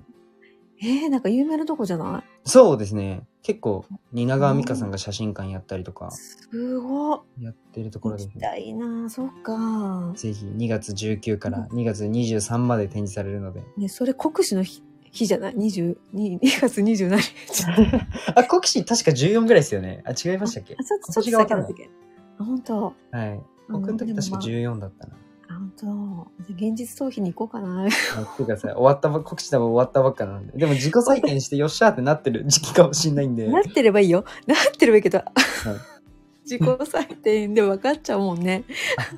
S3: えー、なんか有名なとこじゃない
S2: そうですね結構蜷川美香さんが写真館やったりとか
S3: すごい。
S2: やってるとこ
S3: 行
S2: ろで
S3: き
S2: すね
S3: たいなそっか。
S2: ぜひ2月19から2月23まで展示されるの で。
S3: ね、それ国士の日日じゃない ?22、2月27日。
S2: あ、国士確か14ぐらいですよね。あ、違いましたっけ
S3: あ、ちょっと、
S2: 今
S3: ちょっと
S2: 年が
S3: 先の
S2: 分かんない
S3: 時。あ、本当。
S2: はい。
S3: あの
S2: 僕の時確か。
S3: でも
S2: 14だったな。
S3: まああ、本当。現実逃避に行こうかな。
S2: やってください。終わったば、国士多分終わったばっかなんで。でも自己採点してよっしゃーってなってる時期かもしんないんで。
S3: なってればいいよ。なってればいいけど。 自己採点で分かっちゃうもんね。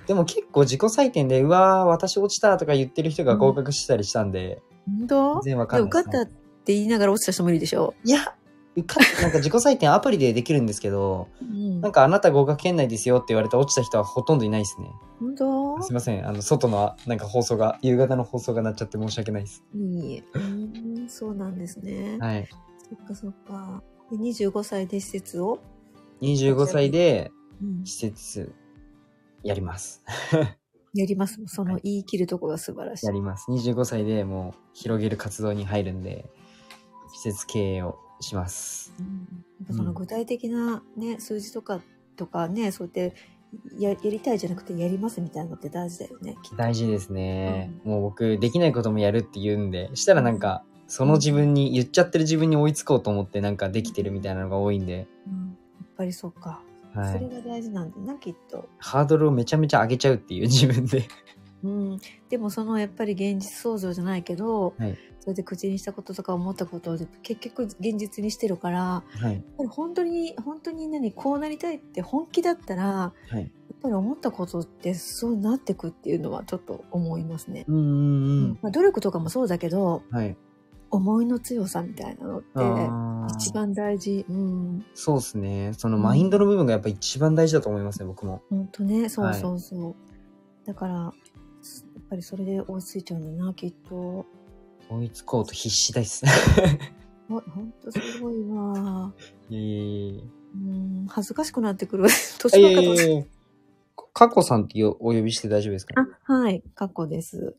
S2: でも結構自己採点で、うわー、私落ちたとか言ってる人が合格したりしたんで、
S3: 本当
S2: 全然わか
S3: で
S2: ん
S3: 受
S2: な
S3: か
S2: い
S3: っ
S2: です、
S3: たって言いながら落ちた人もいるでしょ。
S2: いや、受かっなんか自己採点アプリでできるんですけど、
S3: うん
S2: なんかあなた合格圏内ですよって言われて落ちた人はほとんどいないですね。
S3: 本当
S2: すいません、あの外のなんか放送が、夕方の放送がなっちゃって申し訳ないです。
S3: いい。うん、そうなんですね。
S2: はい。
S3: そっかそっか。で25歳で施設を、
S2: 25歳で
S3: うん
S2: 施設やります。
S3: やります。その言い切るとこが素晴らしい
S2: や。ります。25歳でもう広げる活動に入るんで、施設経営をします。
S3: うんやっぱその具体的な、ね、数字とかとかねそうやってややりたいじゃなくてやりますみたいなのって大事だよね。
S2: 大事ですね。もう僕、できないこともやるって言うんで、したらなんか、その自分に、言っちゃってる自分に追いつこうと思ってなんかできてるみたいなのが多いんで、
S3: うんやっぱりそうか、
S2: は
S3: それ
S2: い。
S3: が大事なんだなきっと、
S2: ハードルをめちゃめちゃ上げちゃうっていう自分で。
S3: うん。でもそのやっぱり現実創造じゃないけど、
S2: はい
S3: それで口にしたこととか思ったことで結局現実にしてるからや
S2: はい。
S3: っぱり本当に本当に何こうなりたいって本気だったらや
S2: はい。
S3: っぱり思ったことってそうなってくっていうのはちょっと思いますね。
S2: うんうんうん。
S3: まあ、努力とかもそうだけど
S2: はい。
S3: 思いの強さみたいなのって
S2: あー
S3: 一番大事。うん。
S2: そうですね。その
S3: うん
S2: マインドの部分がやっぱ一番大事だと思いますね、僕も。
S3: 本当ね。そ
S2: は
S3: う
S2: い
S3: そうそう。だから、やっぱりそれで追いついちゃうんだな、きっと。
S2: 追いつこうと必死 です。
S3: ほ本当すごいわ。
S2: えー、
S3: うん、恥ずかしくなってくる。
S2: え
S3: 年の方、
S2: ー、かこさんってよお呼びして大丈夫ですか
S3: あ、はい。過去です。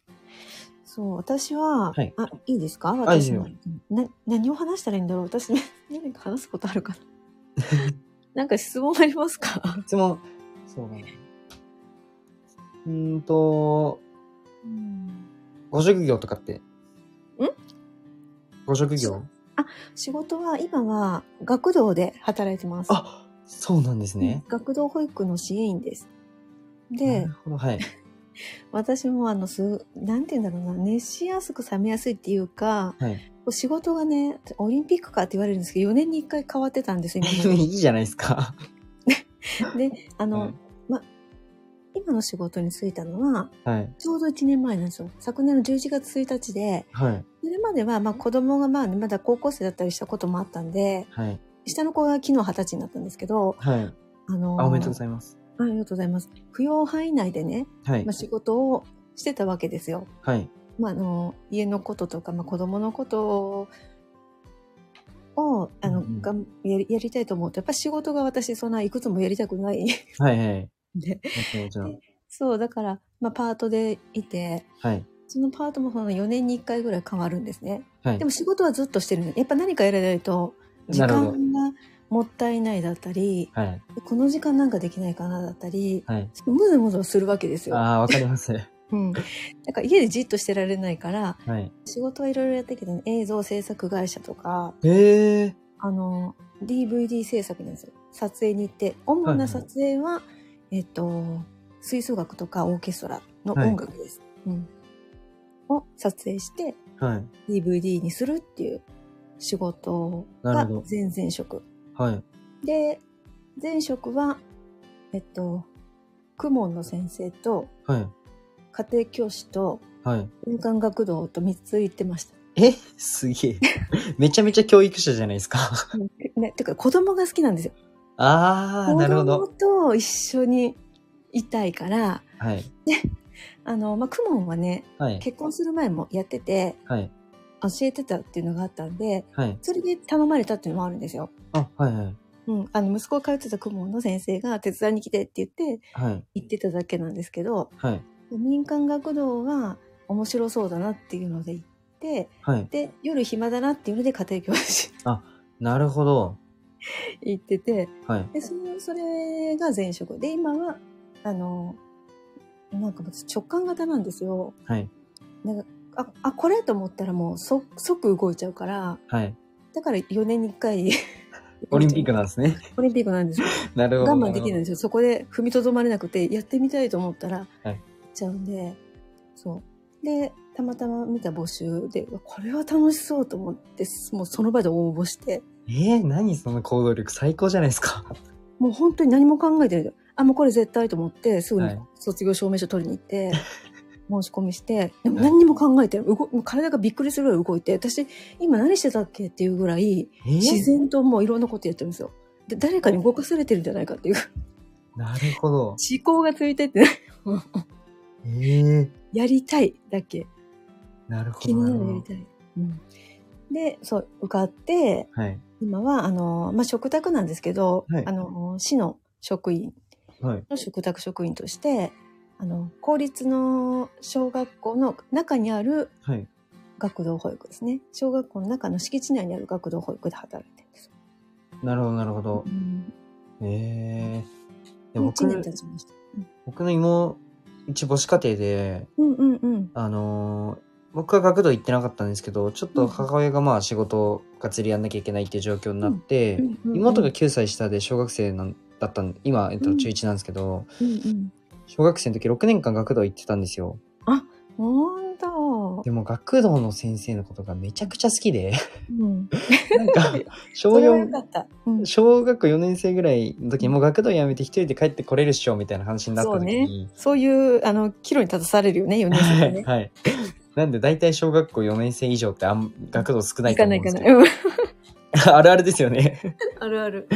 S3: そう、私は、
S2: はい
S3: あ、いいですか
S2: いいです
S3: 私
S2: よ
S3: のな、何を話したらいいんだろう私ね、何か話すことあるか ななんか質問ありますか
S2: 質問。そうだな。うーんと、ご職業とかって。んご職業
S3: 仕事は、今は学童で働いてます。
S2: あそうなんですね。
S3: 学童保育の支援員です。
S2: な
S3: で
S2: る、ほど、はい。
S3: 私もあの、す、なんて言うんだろうな、熱しやすく冷めやすいっていうか、
S2: はい。
S3: こう仕事がね、オリンピックかって言われるんですけど、4年に1回変わってたんです、今
S2: いいじゃないですか。
S3: まで。で、あの、
S2: はい
S3: 今の仕事に就いたのは、
S2: はい。
S3: ちょうど1年前なんですよ。昨年の11月1日で、
S2: はい。
S3: それまでは、まあ子供がまあ、まだ高校生だったりしたこともあったんで、
S2: はい。
S3: 下の子が昨日20歳になったんですけど、
S2: はい。
S3: あの
S2: あ、おめでとうございます。
S3: ありがとうございます。扶養範囲内でね、
S2: はい
S3: まあ、。仕事をしてたわけですよ。
S2: はい。
S3: まあ、あの家のこととか、まあ、子供のことをあの、
S2: うんうん
S3: がんやりやりたいと思うとやっぱり仕事が私そんないくつもやりたくない
S2: はい。はい。
S3: で
S2: もちろん、もちろん。
S3: そうだから、まあ、パートでいて
S2: はい。
S3: そのパートもその4年に1回ぐらい変わるんですね
S2: はい
S3: で。も仕事はずっとしてるんでやっぱ何かやらないと時
S2: なるほ
S3: 間
S2: ど
S3: がもったいないだったり
S2: はい。
S3: この時間なんかできないかなだったり
S2: はい。
S3: むずむずするわけですよ、
S2: ああ、わかります。は
S3: うん、だから家でじっとしてられないから
S2: い。
S3: 仕事はいろいろやってきて、ね、映像制作会社とか
S2: へえ。
S3: あの、DVD 制作なんですよ。撮影に行って、主な撮影は、えっと、吹奏楽とかオーケストラの音楽です。うん。を撮影して、
S2: はい。
S3: DVD にするっていう仕事
S2: な
S3: が
S2: るほど
S3: 前々職。
S2: はい。
S3: で、前職は、えっと、公文の先生と、
S2: はい。
S3: 家庭教師と、
S2: はい。
S3: 民間学童と3つ行ってました。
S2: えすげえ。 めちゃめちゃ教育者じゃないですか。
S3: ね、てか子供が好きなんですよ。
S2: あー、なるほ
S3: 子
S2: ど。
S3: 供と一緒にいたいから、
S2: はい。
S3: あの、まあ、公文はね、
S2: はい。
S3: 結婚する前もやってて、
S2: はい。
S3: 教えてたっていうのがあったんで、
S2: はい。
S3: それで頼まれたっていうのもあるんですよ。
S2: あ、はいはい。
S3: うん。あの、息子が通ってた公文の先生が手伝いに来てって言って、
S2: はい。
S3: 行ってただけなんですけど、
S2: はい。
S3: 民間学童は面白そうだなっていうので行って、
S2: はい。
S3: で、夜暇だなっていうので家庭教師
S2: なるほど。
S3: 行ってて、
S2: はい。
S3: で、その、それが前職で、今は、あの、なんか私直感型なんですよ。
S2: はい。
S3: あ、あ、これと思ったらもう即、即動いちゃうから、
S2: はい。
S3: だから4年に1回
S2: オリンピックなんですね。
S3: オリンピックなんですよ。
S2: なるほど。
S3: 我慢できないん
S2: い。
S3: ですよ。そこで踏みとどまれなくて、やってみたいと思ったら、
S2: は
S3: や
S2: い
S3: っちゃうんで、そう。で、たまたま見た募集で、うわこれは楽しそうと思って、もうその場で応募して、
S2: えー、何その行動力最高じゃないですか。
S3: もう本当に何も考えてない。あ、もうこれ絶対と思って、すぐ
S2: は
S3: に
S2: い
S3: 卒業証明書取りに行 って、申し込みして、でも何にも考えてない、動もう体がびっくりするぐらい動いて、私、今何してたっけっていうぐらい、
S2: え
S3: 自
S2: ー、
S3: 然ともういろんなことやってるんですよ。で誰かに動かされてるんじゃないかっていう、
S2: なるほど。
S3: 思考がついて って、
S2: えー、
S3: やりたいだけ。
S2: なるほど。
S3: 気になる
S2: るほ
S3: や
S2: ど
S3: りたい。うん、で、そう、受かって、
S2: はい。
S3: 今は、あの、まあ、食卓なんですけど、
S2: はい
S3: あの、市の職員
S2: はい。
S3: の食卓職員として、あの、公立の小学校の中にある
S2: はい。
S3: 学童保育ですね。小学校の中の敷地内にある学童保育で働いてるんです。
S2: なるほど、なるほど
S3: う。ん、
S2: えー。で
S3: 1
S2: 僕
S3: 年経ちました。
S2: 僕の妹、一母子家庭で、
S3: うんうんうん。
S2: あのー僕は学童行ってなかったんですけど、ちょっと母親がまあ仕事をがっつりやんなきゃいけないっていう状況になって、
S3: うんうんうん
S2: 妹が9歳下で小学生なんだったん今、えっ
S3: う
S2: と、
S3: ん
S2: 中1なんですけど、
S3: うんうん。
S2: 小学生の時6年間学童行ってたんですよ。
S3: ほんと
S2: で。も学童の先生のことがめちゃくちゃ好 きで、
S3: うん。
S2: なんか、小
S3: それはよ
S2: 4
S3: か、った。うん。
S2: 小学校4年生ぐらいの時にもう学童やめて一人で帰ってこれるっしょみたいな話になった時に、
S3: そういう、あの、岐路に立たされる よね、4年生で
S2: はい、
S3: ね。
S2: はい。なんで大体小学校4年生以上ってあん学童少ない
S3: 行
S2: と
S3: かな
S2: 思う
S3: い
S2: ん
S3: 行か
S2: です
S3: な
S2: け
S3: い。
S2: ど、
S3: うん
S2: あるあるですよね。
S3: あるある。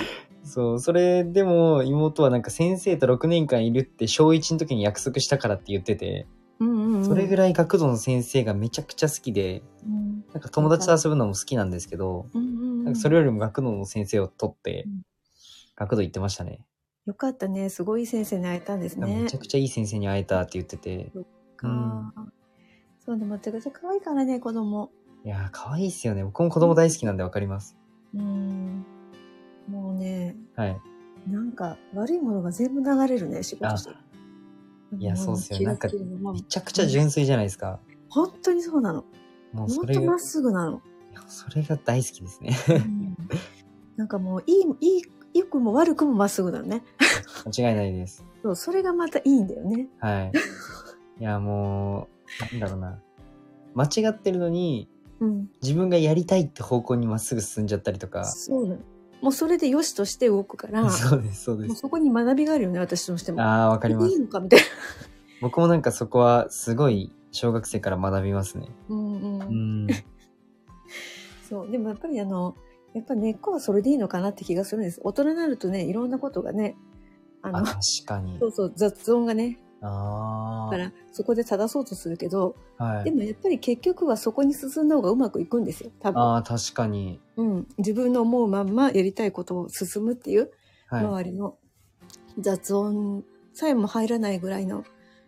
S2: そう、それでも妹はなんか先生と6年間いるって小1の時に約束したからって言ってて、
S3: うんうんうん。
S2: それぐ
S3: らい。
S2: らい学童の先生がめちゃくちゃ好きで、
S3: うん
S2: なんか友達と遊ぶのも好きなんですけど、
S3: うん
S2: な
S3: うんん。
S2: かそれよりも学童の先生を取って
S3: うん、
S2: 学童行ってましたね。
S3: よかったね。すごいいい先生に会えたんですね
S2: めちゃ。くちゃいい先生に会えたって言ってて、
S3: か。そうでもめちゃくちゃ可愛いからね、子供。
S2: いやー可愛いっすよね。僕も子供大好きなんでわかります。
S3: うん。もうね、
S2: はい。
S3: なんか悪いものが全部流れるね、仕事してる。
S2: いやそうっすよなんか
S3: キラキラのまあ
S2: めちゃくちゃ純粋じゃないですか。
S3: 本当にそうなの。
S2: もうそ
S3: 本
S2: れ
S3: 当
S2: が
S3: まっ、すぐな の。
S2: いやそれが大好きですね。
S3: うんなんかもう、いい、いい、良くも悪くもまっすぐなのね。
S2: 間違いないです。
S3: そう、それがまたいいんだよね。
S2: はい。いや、もう、なんだろうな。間違ってるのに、
S3: うん。
S2: 自分がやりたいって方向にまっすぐ進んじゃったりとか。
S3: そうなの。もうそれで良しとして動くから、も
S2: そうです、そうで
S3: う
S2: す。
S3: そこに学びがあるよね、私としても。
S2: ああ、わかりま
S3: いい
S2: す。
S3: のかみたいな。
S2: 僕もなんかそこは、すごい、小学生から学びますね。
S3: うんう。
S2: うんん。
S3: そう、でもやっぱりあの、やっぱ根っこはそれでいいのかなって気がするんです。大人になるとね、いろんなことがね、あ
S2: あ、
S3: の、
S2: 確かに
S3: そ。うそう、雑音がね、
S2: あ
S3: だからそこで正そうとするけど、
S2: あ。は
S3: で
S2: い。
S3: もやっぱり結局はそこに進んだ方がうまくいくんですよ、多分。
S2: ああ、確かに。
S3: うん。自分の思うまんまやりたいことを進むっていう、
S2: は
S3: 周りの雑音さえも入らないぐらいの
S2: い。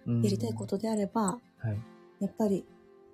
S2: うん
S3: やりたいこ。とであれば、
S2: はい。
S3: やっぱり、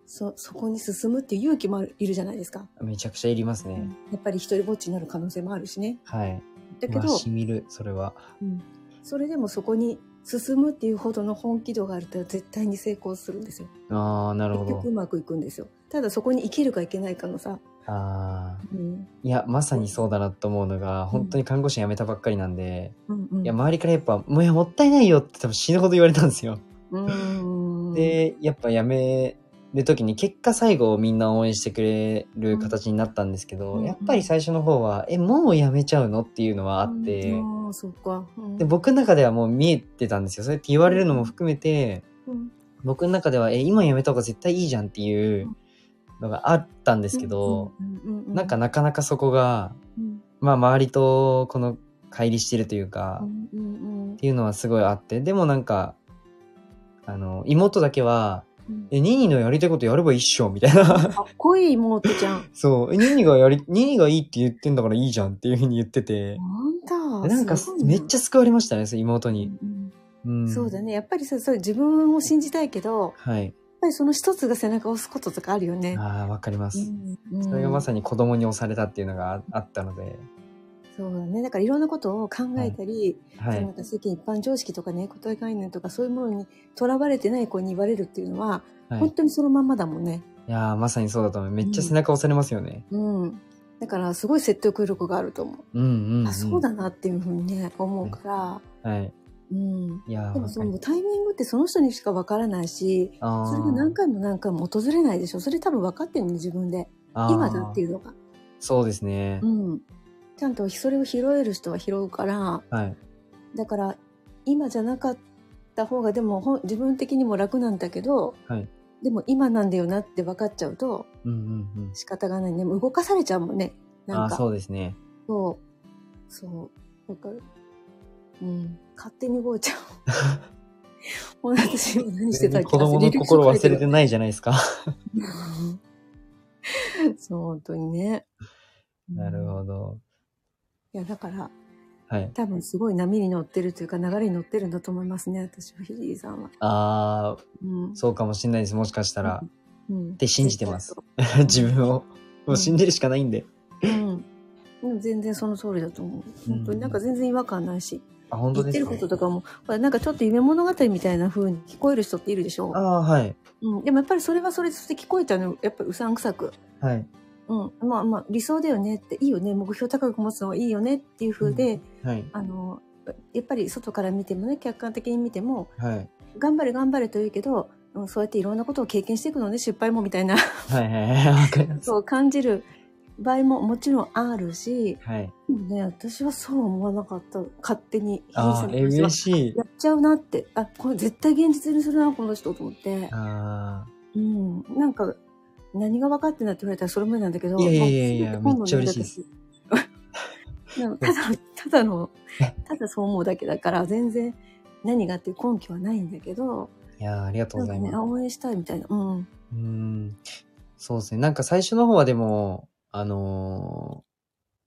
S3: そ、そこに進むっていう勇気もある、いるじゃないですか。
S2: めちゃくちゃいりますね。
S3: やっぱり一人ぼっちになる可能性もあるしね。
S2: はい。
S3: だけ
S2: うわ
S3: ど、
S2: しみる、それは。
S3: うん、それでもそこに進むっていうほどの本気度があると絶対に成功するんですよ。
S2: ああ、なるほ
S3: 結
S2: ど
S3: 局う。まくいくんですよ。ただそこに生きるかいけないかのさ、
S2: ああ。
S3: うん、
S2: いや、まさにそうだなと思うのが、本当に看護師辞めたばっかりなんで、
S3: うんうん
S2: いや、周りからやっぱ、もういやもったいないよって多分死ぬほど言われたんですよ。
S3: うーん
S2: で、やっぱ辞める時に結果最後みんな応援してくれる形になったんですけど、
S3: うん
S2: やっぱり最初の方は「えもうやめちゃうの?」っていうのはあって、
S3: うんあーそっか。うん
S2: で僕の中ではもう見えてたんですよそれって言われるのも含めて
S3: うん
S2: 僕の中では「え今やめた方が絶対いいじゃん」っていうのがあったんですけど、
S3: うんうんうんうん
S2: なんかなかなかそこが、
S3: うん
S2: まあ、周りとこの乖離してるというか、
S3: う
S2: っ
S3: んうんうん
S2: ていうのはすごいあってでもなんかあの妹だけは「えニーニーのやりたいことやればいいっしょ」みたいな。
S3: かっこいい妹ちゃん。
S2: そう。えニーニーがやり、ニーニーがいいって言ってんだからいいじゃんっていうふうに言ってて。
S3: なんだ。
S2: なんか
S3: すごい、な
S2: めっちゃ救われましたね、そう妹に。
S3: うん
S2: うん。
S3: そうだね。やっぱりさ、そう自分を信じたいけど、やっ
S2: はい。
S3: ぱりその一つが背中を押すこととかあるよね。
S2: ああ、わかります。
S3: うん
S2: それがま
S3: に。
S2: さに子供に押されたっていうのがああったので。
S3: そうだね。だからいろんなことを考えたり、
S2: は
S3: その
S2: い
S3: な。んか世間一般常識とかね、固定概念とかそういうものにとらわれてない子に言われるっていうのは、
S2: はい
S3: 本。当にそのまんまだもんね。
S2: いやーまさにそうだと思う。めっちゃ背中押されますよね。
S3: うん。だからすごい説得力があると思う。
S2: うんうん、うん。
S3: あ、そうだなっていうふうにね、思うから。
S2: はい。
S3: うん。
S2: いやー
S3: でも
S2: わ
S3: そ
S2: かり
S3: のタイミングってその人にしかわからないし、
S2: あー
S3: それが何回も何回も訪れないでしょ。それ多分分かってるの自分で。
S2: あー
S3: 今だっていうのが。
S2: そうですね
S3: う。ん。ちゃんとそれを拾える人は拾うから、
S2: はい。
S3: だから今じゃなかった方がでもほん自分的にも楽なんだけど、
S2: はい
S3: でも今なんだよなって分かっちゃうと
S2: うんうんうん。
S3: 仕方がないね。もう動かされちゃうもんね。
S2: あ
S3: な
S2: あ
S3: ん
S2: ー、
S3: か。
S2: そうですね。
S3: そう。そう。だから、うん。勝手に動いちゃ う。もう私今何してたっけ
S2: 子供の心忘れて
S3: る。
S2: ないじゃないですか。
S3: そう、本当にね。
S2: なる
S3: ど。
S2: ほど。
S3: いや、だから、
S2: はい。
S3: 多分すごい波に乗ってるというか、流れに乗ってるんだと思いますね、私は、ヒリーさんは。
S2: ああ、
S3: うん。
S2: そうかもしれないです。もしかしたら。
S3: うん。って
S2: 信じてます。 自分を。もう死んでるしかないんで。
S3: うん。でも全然その通りだと思う。本当になんか全然違和感ないし。
S2: あ、本当
S3: 言っ
S2: で
S3: て
S2: す
S3: る
S2: か、
S3: こととかも、ほらなんかちょっと夢物語みたいな風に聞こえる人っているでしょ
S2: ああ、はい。
S3: うん。でもやっぱりそれはそれとして聞こえたの、やっぱりうさんくさく。
S2: はい。
S3: うん。まあまあ、理想だよねって、いいよね。目標高く持つのはいいよねっていう風で、
S2: はい。
S3: あの、やっぱり外から見てもね、客観的に見ても、
S2: はい。
S3: 頑張れ頑張れと言うけど、うんそうやっていろんなことを経験していくのね、失敗もみたい な、
S2: はいはいはい。わかります。
S3: そう感じる場合ももちろんあるし、
S2: はい。
S3: でもね、私はそう思わなかった。勝手に。
S2: ああ、え、
S3: ヒデさんの話は
S2: 嬉しい。
S3: やっちゃうなって。あ、これ絶対現実にするな、この人と思って。
S2: あ
S3: うん。なんか、何が分かってんだって言われたらそれまでなんだけど。
S2: いやいやいやい
S3: も
S2: や
S3: う全て本能
S2: めっちゃ嬉しい
S3: に
S2: です
S3: 私なんかただ、ただの、ただそう思うだけだから、全然何がっていう根拠はないんだけど、
S2: あ、いやーありがと
S3: な
S2: うご
S3: ん
S2: ざ
S3: か
S2: い
S3: ね、
S2: ます。
S3: あ応援したいみたいな。うん。
S2: うーん。そうですね。なんか最初の方はでも、あのー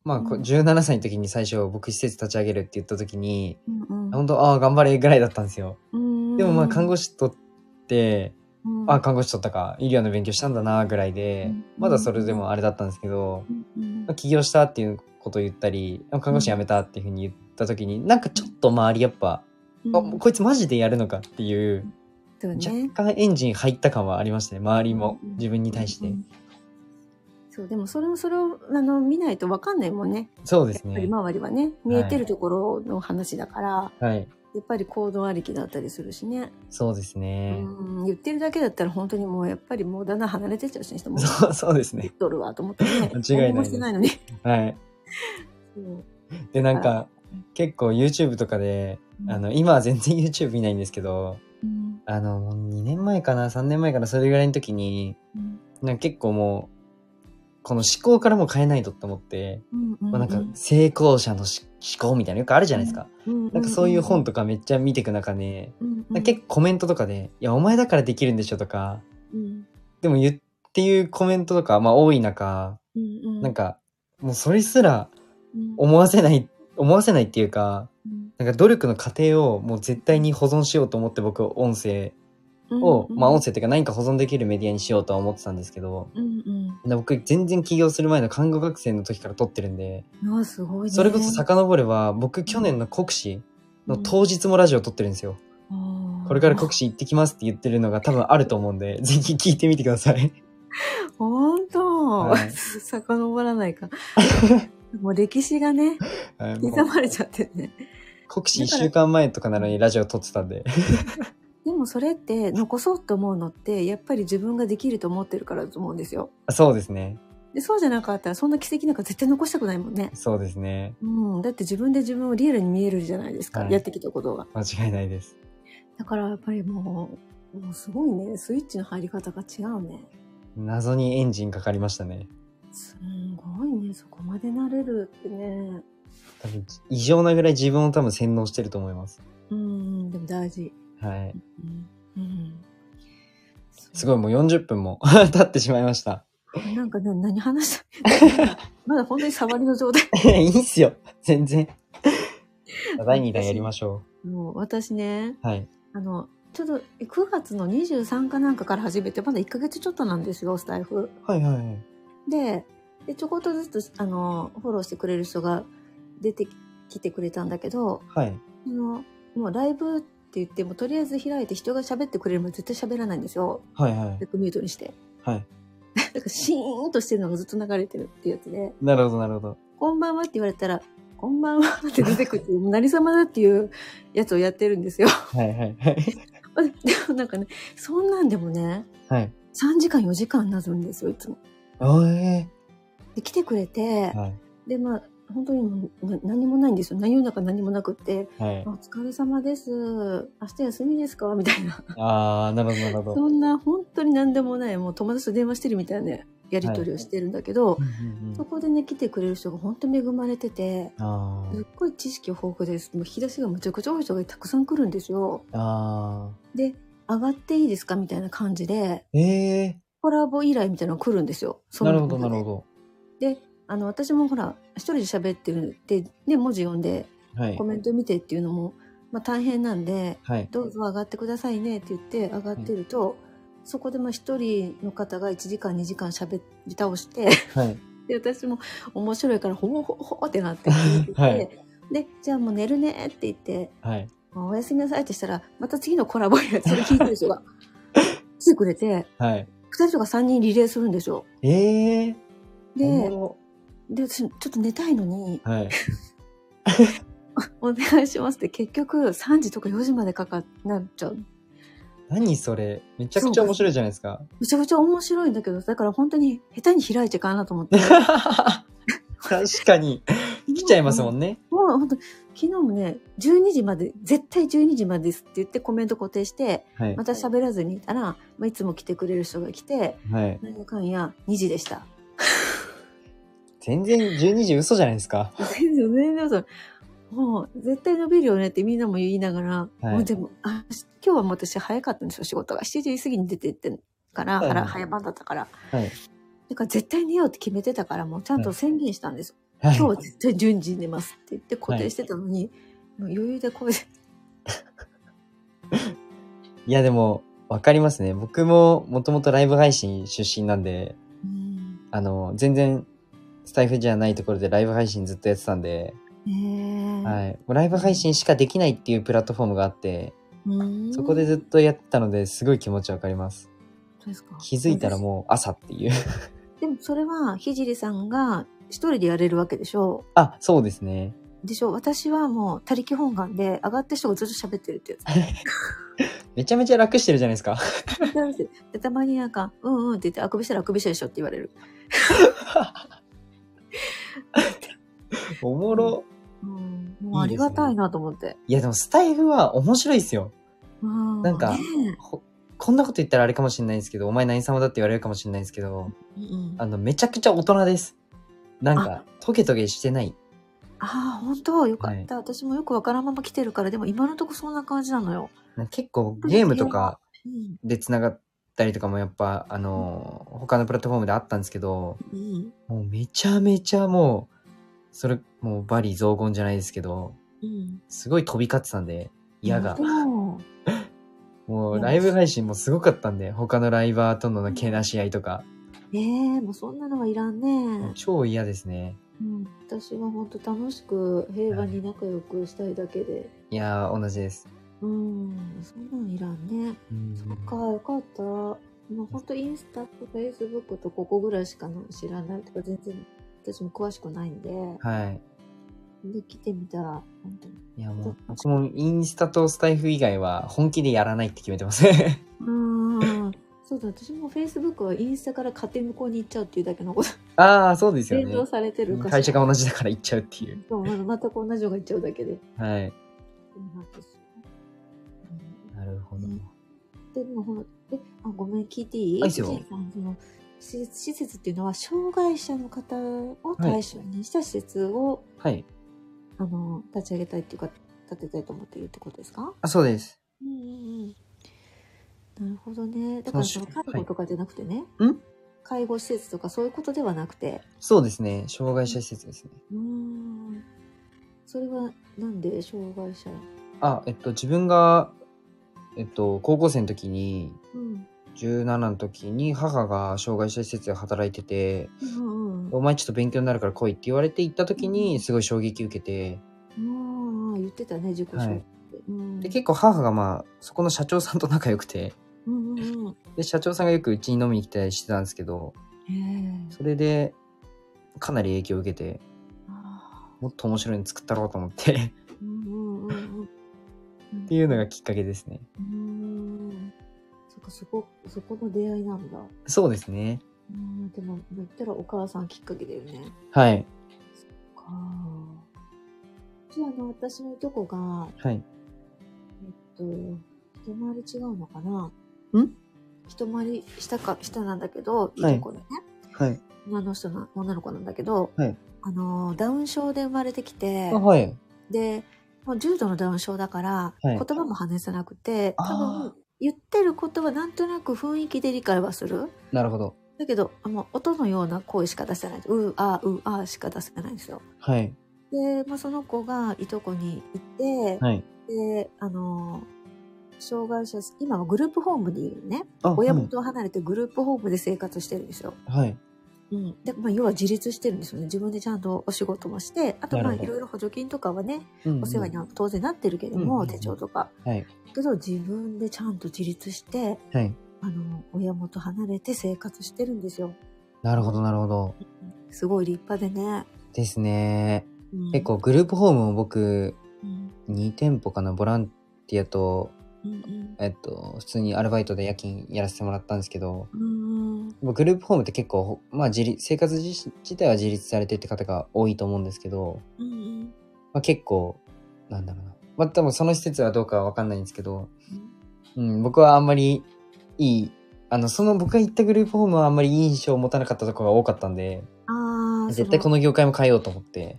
S2: まあ、こ
S3: うん
S2: 17歳の時に最初僕施設立ち上げるって言った時に、
S3: うん
S2: 本当ああ、頑張れぐらいだったんですよ。
S3: うん。
S2: でもまあ、看護
S3: 師、
S2: 師取って、
S3: うん
S2: ああ、看護師取ったか、医療の勉強したんだな、ぐらいで
S3: うん、
S2: まだそれでもあれだったんですけど、
S3: うんうん
S2: まあ起業したっていうことを言ったり、あ看護師辞めたっていうふうに言った時に、なんかちょっと周りやっぱ、
S3: うん
S2: あ、こいつマジでやるのかっていう、
S3: そう
S2: 若
S3: ね。
S2: 干エンジン入った感はありましたね。周りも
S3: うん
S2: 自分に対して。
S3: うんそう、でもそれを、それを、あの、見ないと分かんないもんね。
S2: そうで
S3: やっ
S2: す
S3: ぱり
S2: ね。
S3: 周りはね、見えてるところの話だから、
S2: はい。
S3: やっぱり行動ありきだったりするしね。
S2: そうです
S3: う
S2: ね。
S3: ん、言ってるだけだったら本当にもうやっぱりもうだんだん離れてっちゃうしね、人も。
S2: そう、 そうです
S3: 言
S2: ね
S3: っ。とるわと思ってね。
S2: 間違
S3: 何
S2: いない
S3: もしてないのに。
S2: はい。
S3: そう
S2: で、なんか、結構 YouTube とかで、あ、の、今は全然 YouTube 見ないんですけど、
S3: うん
S2: あの、もう2年前かな、3年前かな、それぐらいの時に、
S3: うん
S2: なんか結構もう、この思考からもう変えないとって思って、
S3: うんう
S2: まあ、なんか成功者のし思考みたいなのよくあるじゃないですか。なんかそういう本とかめっちゃ見ていく中で、なんか結構コメントとかで、いや、お前だからできるんでしょとか、でも言っていうコメントとか、まあ多い中、な
S3: か、
S2: んか、もうそれすら
S3: うん
S2: 思わせない、 思わせないっていうか、
S3: うん
S2: なんか努力の過程をもう絶対に保存しようと思って僕音声を、
S3: うん
S2: まあ音声っていうか何か保存できるメディアにしようとは思ってたんですけど、
S3: うん
S2: で僕全然起業する前の看護学生の時から撮ってるんで、
S3: うん。ああ、すごいね。
S2: それこそ遡れば僕去年の国試の当日もラジオ撮ってるんですよ。
S3: ああ
S2: これから国試行ってきますって言ってるのが多分あると思うん で、ぜひ聞いてみてください。
S3: 本当、
S2: は い
S3: 遡らない か。もう歴史がね、
S2: はいもう
S3: 刻まれちゃってね。
S2: 国試1週間前とかなのにラジオ撮ってたんで。
S3: でもそれって残そうと思うのって、やっぱり自分ができると思ってるからだと思うんですよ。
S2: あそうですね。
S3: で、そうじゃなかったら、そんな奇跡なんか絶対残したくないもんね。
S2: そうですね。
S3: うん。だって自分で自分をリアルに見えるじゃないですか。
S2: はい
S3: やってきたことが。
S2: 間違いないです。
S3: だからやっぱりもう、もうすごいね。スイッチの入り方が違うね。
S2: 謎にエンジンかかりましたね。
S3: すんごいね。そこまでなれるってね。
S2: 多分、異常なぐらい自分を多分洗脳してると思います。
S3: うん。でも大事。
S2: はい。
S3: うん。うん。
S2: すごい、もう40分も 経ってしまいました。
S3: なんかね、何話したまだ本当に触りの状態。
S2: いいっすよ。全然。第2弾やりましょ
S3: もう私ね、
S2: う。はい。
S3: あの、ちょっと9月の23かなんかから始めて、まだ1ヶ月ちょっとなんですよ、スタイフ。
S2: はいはいはい。
S3: で、でちょこっとずつ、あの、フォローしてくれる人が出てきてくれたんだけど、
S2: はい。
S3: あの、もうライブって言っても、とりあえず開いて人が喋ってくれるまで絶対喋らないんですよ。
S2: はいはい。
S3: 逆ミュートにして。
S2: はい。
S3: だからシーンとしてるのがずっと流れてるっていうやつで、
S2: なるほどなるほど。
S3: こんばんはって言われたら、こんばんはって出てくるっていう、もう何様だっていうやつをやってるんですよ。
S2: はいはいはい。
S3: でもなんかね、そんなんでもね、
S2: はい。
S3: 3時間4時間なぞるんですよいつも。
S2: おえ
S3: で来てくれて
S2: ー。はい。
S3: でまあ本当にもうな何もないんですよ内容なんか何もなくって
S2: はい
S3: 「お。疲れ様です明日休みですか?」みたいな
S2: あー、なるほどなるほど。
S3: そんな本当に何でもないもう友達と電話してるみたいなやり取りをしてるんだけど、
S2: うんうんう
S3: そ
S2: ん
S3: こでね来てくれる人が本当恵まれてて。
S2: あ
S3: すっ
S2: ー。
S3: ごい知識豊富です。もう引き出しがむちゃくちゃ多い人がたくさん来るんですよ。
S2: あ
S3: で、上がっていいですかみたいな感じで、
S2: ー。え
S3: コラボ依頼みたいなのが来るんですよ。
S2: ー。
S3: そ
S2: な
S3: の
S2: る
S3: 中
S2: ほ
S3: で
S2: どなるほ
S3: であの私もほら一人で喋ってるでで文字読んで
S2: ど。はい
S3: コ。メント見てっていうのも、まあ、大変なんで
S2: はい。
S3: 「どうぞ上がってくださいね」って言って上がってると、そこでまあ一人の方が1時間2時間喋り倒して
S2: はい。
S3: で私も面白いからほぼほぼほぼってなって聞いてて、
S2: はい
S3: でじゃあもう寝るねって言って
S2: はい。
S3: 「おやすみなさい」ってしたらまた次のコラボやつそれ聞いてる人 が来てくれて
S2: はい。
S3: 2人とか3人リレーするんでしょ。
S2: えー。おも
S3: で
S2: ろ
S3: で私ちょっと寝たいのに
S2: はい。
S3: お願いしますって結局3時とか4時までかかっなっちゃう
S2: 何それめちゃくちゃ面白いじゃないです か。
S3: めちゃくちゃ面白いんだけどだから本当に下手に開いちゃいかんなと 思って
S2: 確かに。来ちゃいますも
S3: ね
S2: んね。
S3: もう本当昨日もね12時まで絶対12時までですって言ってコメント固定して
S2: はい
S3: ま。た喋らずにいたら、まあ、いつも来てくれる人が来て
S2: はい。
S3: 何やかんや2時でした
S2: 全然12時嘘じゃないですか。
S3: 全然全然嘘もう絶対伸びるよねってみんなも言いながら、
S2: はい
S3: もうでもあ今日はもう私早かったんですよ仕事が7時過ぎに出て行ってんから、
S2: はいはい
S3: 早番だったから
S2: はい。
S3: だから絶対寝ようって決めてたからもうちゃんと宣言したんです、
S2: はい
S3: 今日は絶対順次に寝ますって言って固定してたのに、もう余裕で声で
S2: いや、でも、わかりますね。僕も、もともとライブ配信出身なんで、
S3: うん
S2: あの、全然、スタイフじゃないところでライブ配信ずっとやってたんで、
S3: ねえ、
S2: はい。もうライブ配信しかできないっていうプラットフォームがあって、
S3: うん
S2: そこでずっとやってたので、すごい気持ちわかります。
S3: そうですか
S2: 気づいたらもう朝っていう。
S3: でもそれはひじりさんが一人でやれるわけでしょ
S2: あ、そうですね。
S3: でしょ私はもう他力本願で上がった人がずっと喋ってるってやつ
S2: めちゃめちゃ楽してるじゃないですか。
S3: でたまになんか「うんうん」って言って「あくびしたらあくびしたでしょ」って言われる
S2: おもろ。
S3: うんもうありがたいなと思って
S2: いや、でもスタイフは面白いっすよ。
S3: うん
S2: なんか
S3: ね
S2: ほこんなこと言ったらあれかもしれないんですけど、お前何様だって言われるかもしれないんですけど、
S3: えうん
S2: あの、めちゃくちゃ大人です。なんか、トゲトゲしてない。
S3: ああ本当よかった、私もよくわからんまま来てるからでも今のとこそんな感じなのよ、
S2: なんか結構ゲームとか
S3: うん
S2: で繋がったりとかもやっぱ、あのー、他のプラットフォームであったんですけど、
S3: うん
S2: もうめちゃめちゃもう、それ、もうバリ雑言じゃないですけど、
S3: うん、
S2: すごい飛び交ってたんで、嫌が
S3: で。も
S2: もう
S3: いや
S2: ライブ配信もすごかったんで、他のライバーとのけなし合いとか、
S3: ねえもうそんなのはいらんね、
S2: 超嫌ですね。
S3: うん、私は本当楽しく平和に仲良くしたいだけで、
S2: いやー、同じです。
S3: うんそんなのいらんね
S2: うん
S3: そっかよかったもう本当インスタとフェイスブックとここぐらいしかの知らないとか全然私も詳しくないんで
S2: はい。
S3: で来てみたら、本当に。
S2: いやもう、僕もインスタとスタイフ以外は本気でやらないって決め てますね。
S3: うん。そうだ、私も Facebook はインスタから家庭向こうに行っちゃうっていうだけの こと。
S2: ああ、そうですよ
S3: 連
S2: ね。
S3: 動されてるから。
S2: 会社が同じだから行っちゃうっていう。
S3: そう、まだ全く同じのが行っちゃうだけで。
S2: はい。
S3: そうなんですようん
S2: なるほど。
S3: でもほら、え、あ、ごめん、聞いていい
S2: あいいですよ
S3: 藤井さんその施設施設っていうのは、障害者の方を対象にした施設を、
S2: はい。
S3: あの、立ち上げたいっていうか、立てたいと思っているってことですか
S2: あ、そうです。
S3: うんうんうん。なるほどね。だからその
S2: 確か
S3: 介
S2: に
S3: 護とかじゃなくてね、
S2: はいん
S3: 介護施設とかそういうことではなくて、
S2: そうですね。障害者施設ですね。
S3: うーん。それはなんで障害者
S2: あ、えっと、自分が、えっと、高校生の時に、
S3: うん。
S2: 17の時に母が障害者施設で働いてて、
S3: うんうん
S2: お前ちょっと勉強になるから来いって言われて行った時
S3: う
S2: に
S3: ん
S2: すごい衝撃受けて、
S3: うん。ああ、言ってたね、自己紹介。
S2: はい
S3: うん。
S2: で、結構母がまあ、そこの社長さんと仲良くて、
S3: うんうんうん。
S2: で、社長さんがよくうちに飲みに来たりしてたんですけど、
S3: ええ
S2: それで、かなり影響を受けて、
S3: あ
S2: もっと面白いの作ったろうと思って、 っ
S3: ーうんうんうんうん。って
S2: いうのが。きっかけですね。
S3: うん。そっか、そこ、そこの出会いなんだ。
S2: そうですね。
S3: うん、でも、言ったらお母さんきっかけだよね。
S2: はい。
S3: か。じゃあ、あの、私のいとこが、
S2: はい。
S3: えっと、一回り違うのかな。
S2: ん
S3: 一回り下か、下なんだけど、い
S2: はい
S3: とこのね、
S2: はい。
S3: 女の人の、女の子なんだけど、
S2: はい
S3: あの、ダウン症で生まれてきて
S2: あ、はい。
S3: で、もう重度のダウン症だから、
S2: は
S3: 言
S2: い
S3: 葉も話せなくて、多
S2: あー
S3: 分、言ってることはなんとなく雰囲気で理解はする。
S2: なるほど。
S3: だけど、もう音のような声しか出せない。うー、あー、うー、あーしか出せないんですよ。
S2: はい。
S3: で、まあ、その子がいとこにいて、
S2: はい。
S3: で、あの、障害者、今はグループホームにいるね。
S2: あ、
S3: 親元を離れてグループホームで生活してるんですよ。
S2: はい。はい。
S3: うん。で、まあ、要は自立してるんですよね。自分でちゃんとお仕事もして、あと、まあ、
S2: なるほ
S3: い
S2: ど
S3: ろいろ補助金とかはね、
S2: うんうん
S3: お世話には当然なってるけど
S2: うんう
S3: も、
S2: ん
S3: 手帳とか。
S2: はい。
S3: けど、自分でちゃんと自立して、
S2: はい。
S3: あの、親元離れて生活してるんですよ。
S2: なるほど、なるほど。
S3: すごい立派でね。
S2: ですね。
S3: うん
S2: 結構、グループホームも僕、
S3: うん。
S2: 2店舗かな、ボランティアと、
S3: うんうん。
S2: えっと、普通にアルバイトで夜勤やらせてもらったんですけど、
S3: うんうん。
S2: グループホームって結構、まあ、自立生活自自体は自立されてって方が多いと思うんですけど、
S3: うんうん。
S2: まあ、結構なんだろうなまあ多分その施設はどうかは分かんないんですけど、うん、僕はあんまりいいあのその僕が行ったグループホームはあんまりいい印象を持たなかったところが多かったんで
S3: ああ、
S2: 絶対この業界も変えようと思って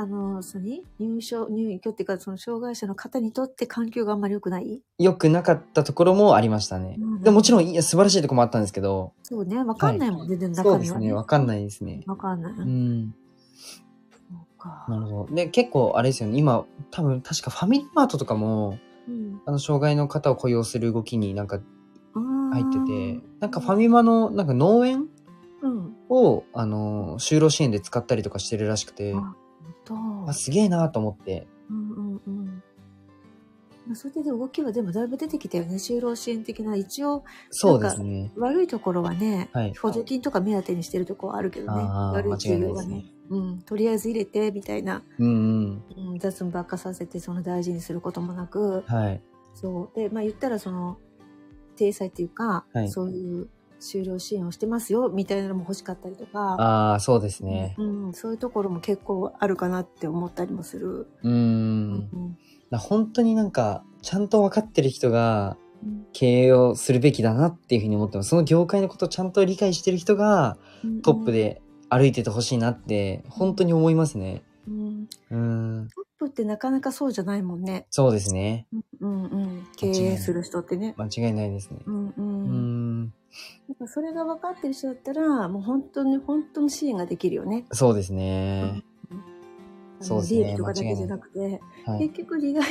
S3: あの、それに入所、入居っていうか、その障害者の方にとって環境があんまり良くない
S2: 良くなかったところもありましたね、
S3: うん
S2: でもちろんいや素晴らしいところもあったんですけど
S3: そうね、わかんないもんね、でも
S2: そう
S3: 中
S2: で
S3: 身
S2: す
S3: は、
S2: ね分かんないですね
S3: わかんない。
S2: うん
S3: そうか。
S2: なるほどで結構あれですよね今多分確かファミリーマートとかも
S3: うん。
S2: あの障害の方を雇用する動きになんか
S3: あ
S2: 入
S3: ー
S2: ってて、なんかファミマのなんか農園
S3: うん。
S2: を、あのー、就労支援で使ったりとかしてるらしくて、
S3: あと、
S2: あすげえなと思って、
S3: うんうんうん。まあそれで動きはでもだいぶ出てきたよね、就労支援的な。一応、
S2: そうですね。
S3: 悪いところはね、
S2: はい
S3: 補助金とか目当てにしてるところはあるけどね、
S2: ああ、
S3: 悪
S2: 間
S3: い
S2: 違い
S3: 企
S2: な
S3: 業
S2: いで
S3: は
S2: すね
S3: ね。。うん、とりあえず入れて、みたいな、
S2: うんうん。
S3: うん、雑務ばっかさせて、その大事にすることもなく、
S2: はい。
S3: そう。で、まあ言ったらその、体裁っていうか、
S2: はい
S3: そういう就労支援をしてますよ、みたいなのも欲しかったりとか、
S2: ああ、そうですね。
S3: うん、そういうところも結構あるかなって思ったりもする。
S2: うー。
S3: うんん。
S2: な本当になんか、ちゃんと分かってる人が
S3: うん
S2: 経営をするべきだなっていうふうに思ってます。その業界のことをちゃんと理解してる人がトップ。で歩いててほしいなって、本当に思いますね。
S3: うん。
S2: うーん。
S3: トップってなかなかそうじゃないもんね。
S2: そうですね。
S3: うんうん。経営する人ってね。
S2: 間違いないですね。
S3: うんう。
S2: うんん。
S3: やっぱそれが分かってる人だったら、もう本当に本当の支援ができるよね。
S2: そうですね。
S3: あの
S2: そうですね
S3: 利益とかだけじゃなくて、
S2: はい
S3: 結。局利害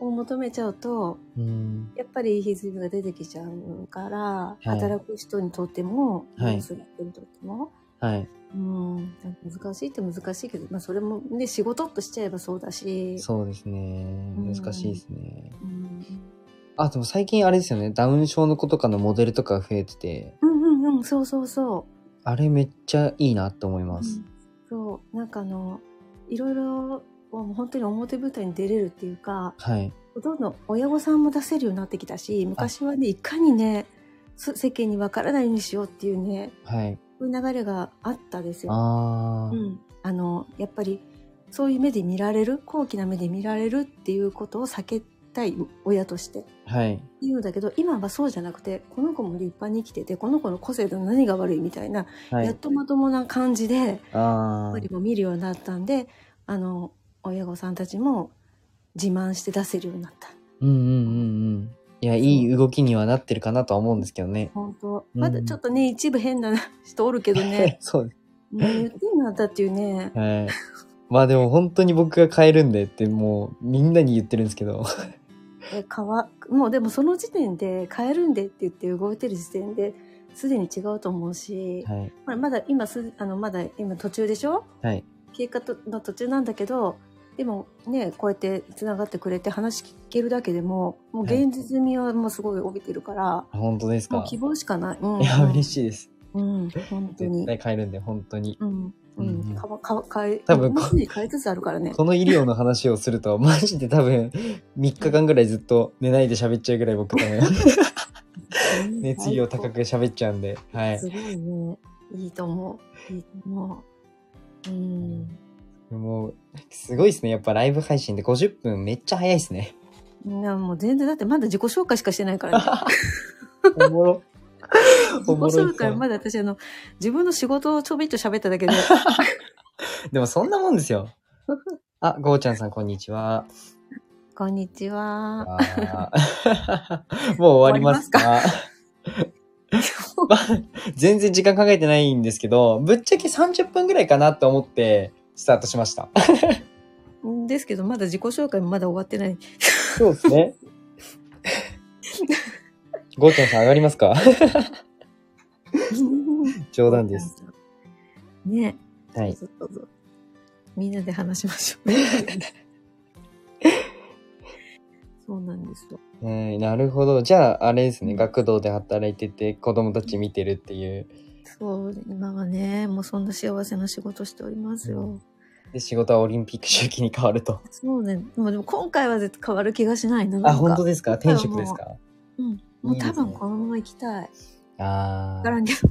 S3: を求めちゃうと、
S2: うん。
S3: やっぱり歪みが出てきちゃうから、
S2: い
S3: 働く人にとっても、
S2: はい
S3: ニュースの人にとっても、
S2: はい。
S3: うん、難しいって難しいけど、まあ、それも、ね、仕事としちゃえばそうだし、
S2: そうですね。
S3: うん
S2: 難しいですね。
S3: うん、
S2: あ、でも最近あれですよね。ダウン症の子とかのモデルとかが増えてて、
S3: うんうんうん、そうそうそ。
S2: あれめっちゃいいなって思いうます。
S3: そう、なんかあの、いろいろもう本当に表舞台に出れるっていうか
S2: はい。
S3: どんどん親御さんも出せるようになってきたし昔はねいかにねす世間に分からないようにしようっていうね
S2: はい。
S3: こういう流れがあったですよ。
S2: ああ、
S3: うん、あのやっぱりそういう目で見られる高貴な目で見られるっていうことを避けたい親として
S2: はい。
S3: 言うんだけど今はそうじゃなくてこの子も立派に生きててこの子の個性で何が悪いみたいな、
S2: は
S3: やっ
S2: い。
S3: とまともな感じでやっ
S2: ああ
S3: ぱ、りもう見るようになったんであの親御さんたちも自慢して出せるようになった。
S2: うんうんうんうん。いや、いい動きにはなってるかなとは思うんですけどね。
S3: 本当
S2: うん
S3: まだちょっとね、一部変な人おるけど ね
S2: そうで
S3: もう言ってんなったっていうね
S2: す。はい。まあでも本当に僕が変えるんでってもうみんなに言ってるんですけど。
S3: えかわもうでもその時点で変えるんでって言って動いてる時点ですでに違うと思うし、
S2: はい。
S3: まあまだ今すあのまだ今途中でしょ
S2: はい。
S3: 経過との途中なんだけどでもねこうやってつながってくれて話聞けるだけでももう現実味はもうすごい帯びてるから、
S2: あ本当です
S3: もう
S2: か。
S3: 希望しかない。うん、
S2: いや、嬉しいです。
S3: うん、本当
S2: 絶
S3: に。
S2: 対変えるんで、本当に。
S3: うん、う
S2: うん
S3: ん、かわ、かわ、変え、
S2: 多分
S3: もうすでに変えつつあるからね。
S2: この医療の話をすると、マジで多分、3日間ぐらいずっと寝ないで喋っちゃうぐらい僕多 分、
S3: うん
S2: 熱意を高く喋っちゃうんで、はい
S3: す。ごいね。いいと思う。いいと思う。うん。
S2: もう、すごいですね。やっぱライブ配信で50分めっちゃ早いですね。
S3: いや、もう全然、だってまだ自己紹介しかしてないからね。
S2: おもろ。
S3: 自
S2: お
S3: 己
S2: もろい
S3: 紹介、まだ私、あの、自分の仕事をちょびっと喋っただ けで。
S2: でもそんなもんですよ。あ、ゴーちゃんさん、こんにちは。
S3: こんにちは。
S2: あー もう終わりますかまあ 全然時間考えてないんですけど、ぶっちゃけ30分ぐらいかなと思って、スタートしました。
S3: ですけど、まだ自己紹介もまだ終わってない。
S2: そうですね。 ゴーちゃんさん上がりますか 冗談です。。
S3: ね。
S2: はい。
S3: そうそうそうみんなで話しましょ う。そうなんですよ。
S2: うん、なるほど。じゃあ、あれですね、
S3: うん
S2: 学童で働いてて、子供たち見てるっていう。
S3: そう、今はね、もうそんな幸せな仕事しておりますよ。
S2: うんで、仕事はオリンピック周期に変わると。
S3: そうね。でもでも今回は絶対変わる気がしないな。なんか
S2: あ、本当ですか
S3: 今回
S2: 転
S3: は
S2: 職ですか
S3: うん。もう多
S2: いいです
S3: 分
S2: ね
S3: このまま行きたい。
S2: あ
S3: わから
S2: あ。
S3: んけど。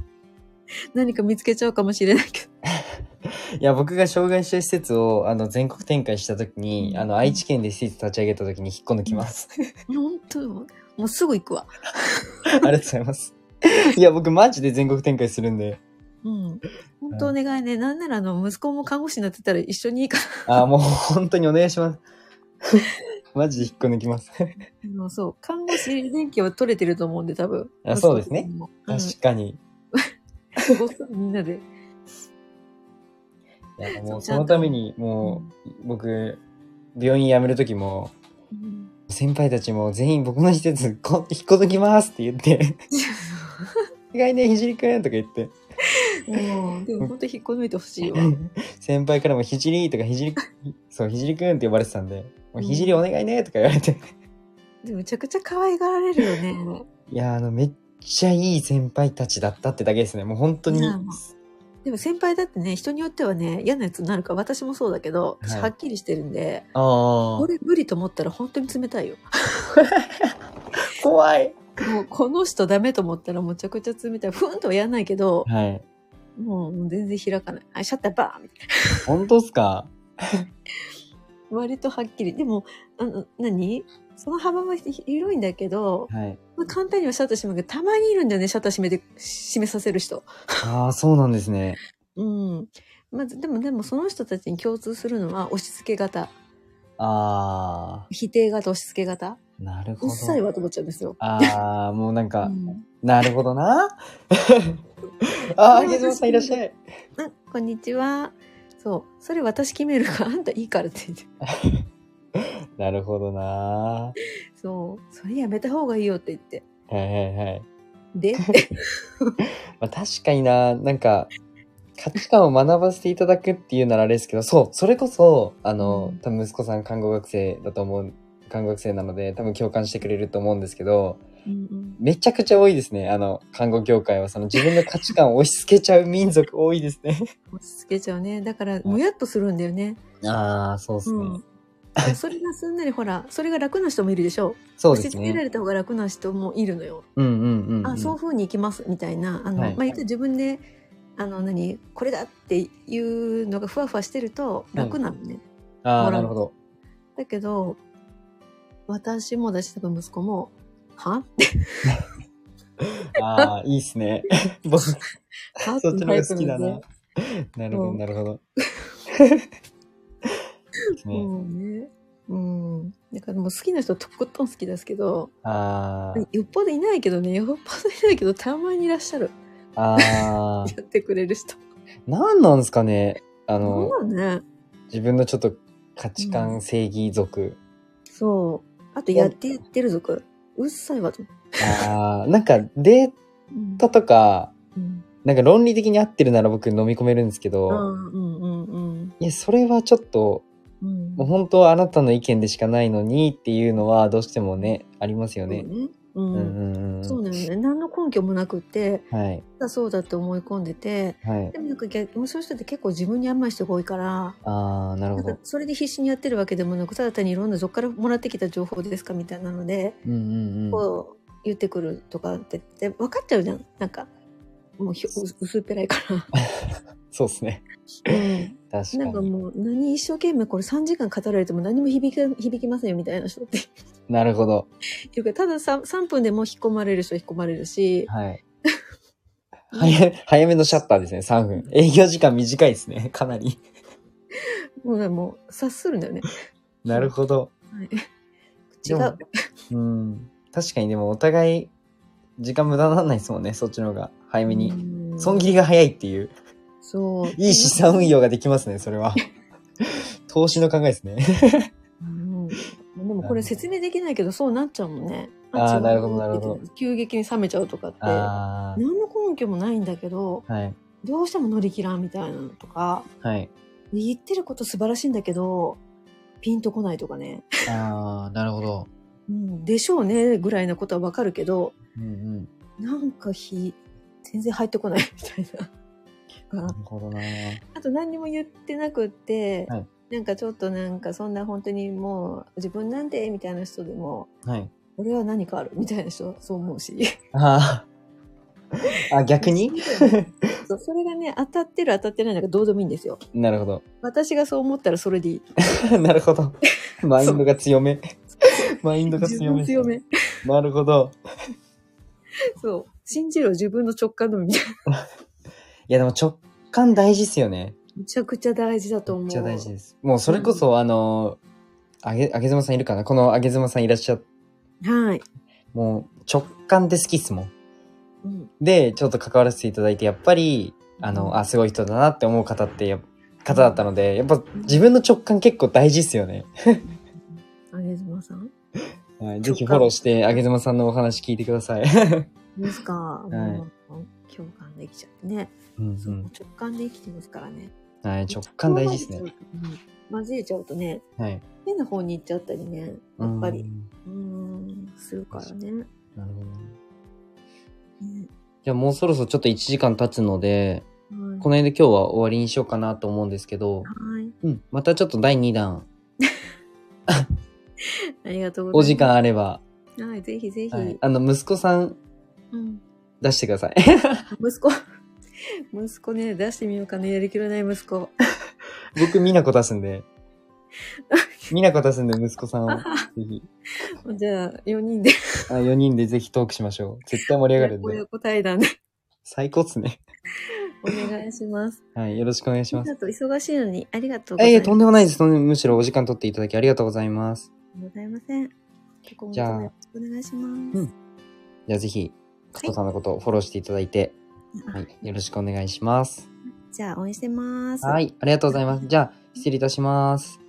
S3: 何か見つけちゃうかもしれないけど。
S2: いや、僕が障害者施設を、あの、全国展開した時に、
S3: うん
S2: あの、愛知県で施設立ち上げた時に引っこ抜きます。
S3: 本当もうもうすぐ行くわ。
S2: ありがとうございます。いや、僕マジで全国展開するんで。
S3: うん。本当お願いね。なんならあの、息子も看護師になってたら一緒にいいか
S2: あー、もう本当にお願いします。 マジで引っこ抜き ます。
S3: な。もうそう。看護師免許は取れてると思うんで、多分。
S2: あそうですね
S3: 息子さんも。うん
S2: 確かに。
S3: ごっそりみんなで。
S2: いや、
S3: そ
S2: もう
S3: う
S2: そのために、 もう、僕、病院辞める時も、
S3: うん
S2: 先輩たちも全員僕の施設こ引っこ抜きますって言 って、意外ね、ひじりくんとか言って、
S3: うんでも本当引っこ抜いてほし いわ。
S2: 先輩からもひじりとかひじり、そう、ひじりくんって呼ばれてたんで、もうひじりお願いねとか言われて、
S3: でもめちゃくちゃ可愛がられるよね。
S2: いや、あの、めっちゃいい先輩たちだったってだけですね。もう本当に
S3: い。やもでも先輩だってね、人によってはね、嫌なやつになるから、私もそうだけど、私
S2: はい
S3: はっきりしてるんで、
S2: ああ
S3: こ、れ無理と思ったら本当に冷たいよ。
S2: 怖い。
S3: もうこの人ダメと思ったらむちゃくちゃ冷たい。ふんとはやんないけど、
S2: はい。
S3: もう全然開かない。あ、シャッターバーンみたい
S2: 本当っすか
S3: な。割とはっきり。でも、あの、何その幅は広いんだけど、
S2: はい。
S3: 簡単にはシャッター閉めるけど、たまにいるんだよね、シャッター閉めて、閉めさせる人。
S2: ああ、そうなんですね。
S3: うん。まず、でも、でもその人たちに共通するのは、押し付け型。
S2: あ
S3: 否定型、押し付け型。
S2: あ、なるほ
S3: うっ
S2: ど。
S3: さいわと思っちゃうんですよ。
S2: ああ、もうなん
S3: う
S2: か、
S3: ん
S2: なるほどな。ああ、ゲズモさんいらっしゃい。
S3: あ、こんにちは。そう。それ私決めるから、あんたいいからって言って。
S2: なるほどな。
S3: そう。それやめた方がいいよって言って。
S2: はいはいはい。
S3: で、
S2: まあ、確かにな、なんか、価値観を学ばせていただくっていうならあれですけど、そう、それこそ、あの
S3: うん、
S2: 多分息子さん看護学生だと思う、看護学生なので、多分共感してくれると思うんですけど、
S3: うんうん
S2: めちゃくちゃ多いですね。あの、看護業界は、その自分の価値観を押し付けちゃう民族多いですね。
S3: 落ち着けちゃうね。だから、もやっとするんだよね。
S2: ああ、そうですね、
S3: うんだからそれがすんなりほらそれが楽な人もいるでしょ
S2: そう
S3: 押
S2: で
S3: し
S2: す
S3: 付けら
S2: ね。
S3: れた方が楽な人もいるのよ。
S2: うんうんうん、うん。
S3: あそういうふうにいきますみたいなあの、
S2: はい
S3: まあ、言ったら自分であの何これだっていうのがふわふわしてると楽なのね。
S2: あ
S3: ほ
S2: あ、
S3: ら
S2: なるほど。
S3: だけど私もだし多分息子も「は?」
S2: ああ、いいっすね。 僕、そっ
S3: は
S2: ちの方が好きだ
S3: タイプ
S2: な
S3: で。
S2: なるほど、
S3: うん
S2: なるほど。ですね
S3: もうね。うん、だからもう好きな人とことん好きですけど
S2: あー
S3: よっぽどいないけどねよっぽどいないけどたまにいらっしゃる
S2: あー、
S3: やってくれる人。
S2: なんなんですかね。あの、
S3: そうね
S2: 自分のちょっと価値観、
S3: うん
S2: 正義族。
S3: そうあとやってやってる族うっさいわと、
S2: ああ、なんかデ
S3: う
S2: ー
S3: ん
S2: タとか、
S3: うん
S2: なんか論理的に合ってるなら僕飲み込めるんですけど、
S3: うんうんうん
S2: いや、それはちょっと、
S3: うん
S2: もう本当はあなたの意見でしかないのにっていうのはどうしてもね、ありますよね。
S3: う
S2: うん
S3: うん
S2: んうん。
S3: そううんなのね何の根拠もなくって
S2: はい。
S3: ただそうだって思い込んでて
S2: はい。
S3: でもなんか逆もうそういう人って結構自分に甘い人が多いから
S2: ああ、なる
S3: な
S2: ほ
S3: んか
S2: ど。
S3: それで必死にやってるわけでもなくただ単にいろんなどっからもらってきた情報ですかみたいなので、
S2: うんうんうん。
S3: こう言ってくるとかってで分かっちゃうじゃんなんかもうひょ薄薄っぺらいか
S2: そうですね。
S3: ら、うん
S2: 確か
S3: なんか
S2: に。
S3: もう何一生懸命これ3時間語られても何も響か響きませんよみたいな人って
S2: なるほど。
S3: いうかただ 3, 3分でもう引っ込まれる人は引っ込まれるし
S2: はい。早早めのシャッターですね、3分。営業時間短いですね、 かなり。
S3: もうねもう察するんだよね。
S2: なるほど。
S3: 違
S2: でも
S3: う。
S2: うん。確かにでもお互い、時間無駄にならないですもんね、そっちの方が。早めに。
S3: うん
S2: 損切りが早いっていう。
S3: そう。
S2: いい資産運用ができますね、それ は。投資の考えですね。
S3: うん。でもこれ説明できないけどそうなっちゃうもんね。
S2: あー
S3: 違う
S2: なるほどなるほど
S3: 急激に冷めちゃうとかって何
S2: あ
S3: の根拠もないんだけど
S2: あ。 はい。
S3: どうしても乗り切らんみたいなのとか
S2: はい。
S3: 言ってること素晴らしいんだけどピンとこないとかね。
S2: ああ、なるほど。
S3: うん、でしょうねぐらいなことはわかるけど
S2: うんうん。
S3: なんかひ全然入ってこないみたいな。
S2: なるほどな。
S3: あと何にも言ってなくって、
S2: はい
S3: なんかちょっとなんかそんな本当にもう自分なんてみたいな人でも
S2: はい。
S3: 俺は何かある みたいな人はそう思うし
S2: ああ。あ、逆に
S3: そうそれがね当たってる当たってないなんかどうでもいいんですよ
S2: なるほど。
S3: 私がそう思ったらそれでいい
S2: なるほど。マインドが 強め。マインドが
S3: 自
S2: 強め。
S3: 分強め
S2: なるほど。
S3: そう信じろ自分の直感のみみたいない
S2: や、でも直感大事っすよね。
S3: めちゃくちゃ大事だと思う
S2: めっちゃ大事です。もうそれこそ、あの、あげ、あげずまさんいるかなこのあげずまさんいらっしゃっ
S3: はい、
S2: もう直感で好きっすもん。
S3: うん、
S2: で、ちょっと関わらせていただいて、やっぱり、あ
S3: うん
S2: の、あ、すごい人だなって思う方ってやっ、方だったので、やっぱ自分の直感結構大事っすよね。
S3: あげずまさん
S2: はい、ぜひフォローして、あげずまさんのお話聞いてください。う
S3: ですか、
S2: い
S3: もう共感できちゃってね、
S2: ん
S3: そう直感で生きてますからね
S2: うん。はい、直感大事ですね。
S3: うん混ぜちゃうとね
S2: はい。
S3: 変な方に行っちゃったりねやっぱ
S2: う
S3: り
S2: ん。
S3: うんするからね
S2: なるほどね。
S3: ね
S2: じゃあもうそろそろちょっと1時間経つので、こ
S3: は
S2: の辺で今日は終わりにしようかなと思うんですけど、
S3: いはい
S2: うん、またちょっと第2弾、
S3: ありがとう
S2: お
S3: ござ
S2: 時
S3: いま
S2: 間あれば、
S3: すはいぜひぜひ、
S2: はい、あの、息子さん
S3: うん、
S2: 出してくだ さい。
S3: 息子 息子ね出してみようかねやりきれない息子
S2: 僕、美奈子出すん で。美奈子出すんで、息子さんを。ぜひ。
S3: じゃあ4人で
S2: あ4人でぜひトークしましょう。絶対盛り上がるん
S3: 親
S2: で。
S3: 子対談で
S2: 最高っすね。
S3: お願いします
S2: はい。よろしくお願いし
S3: あ
S2: ます。
S3: と忙しいのにありがとうござい
S2: えい
S3: ま
S2: え、
S3: す
S2: とんでもないです。とんでむしろお時間取っていただきありがとうございます。
S3: ございません結婚も
S2: じゃ
S3: よ
S2: あ
S3: ろしくお願いします、
S2: うんじゃあぜひ、加藤さんのことをフォローしていただいて、はい。よろしくお願いします。
S3: じゃあ応援してます
S2: はい。ありがとうございます。じゃあ、失礼いたします。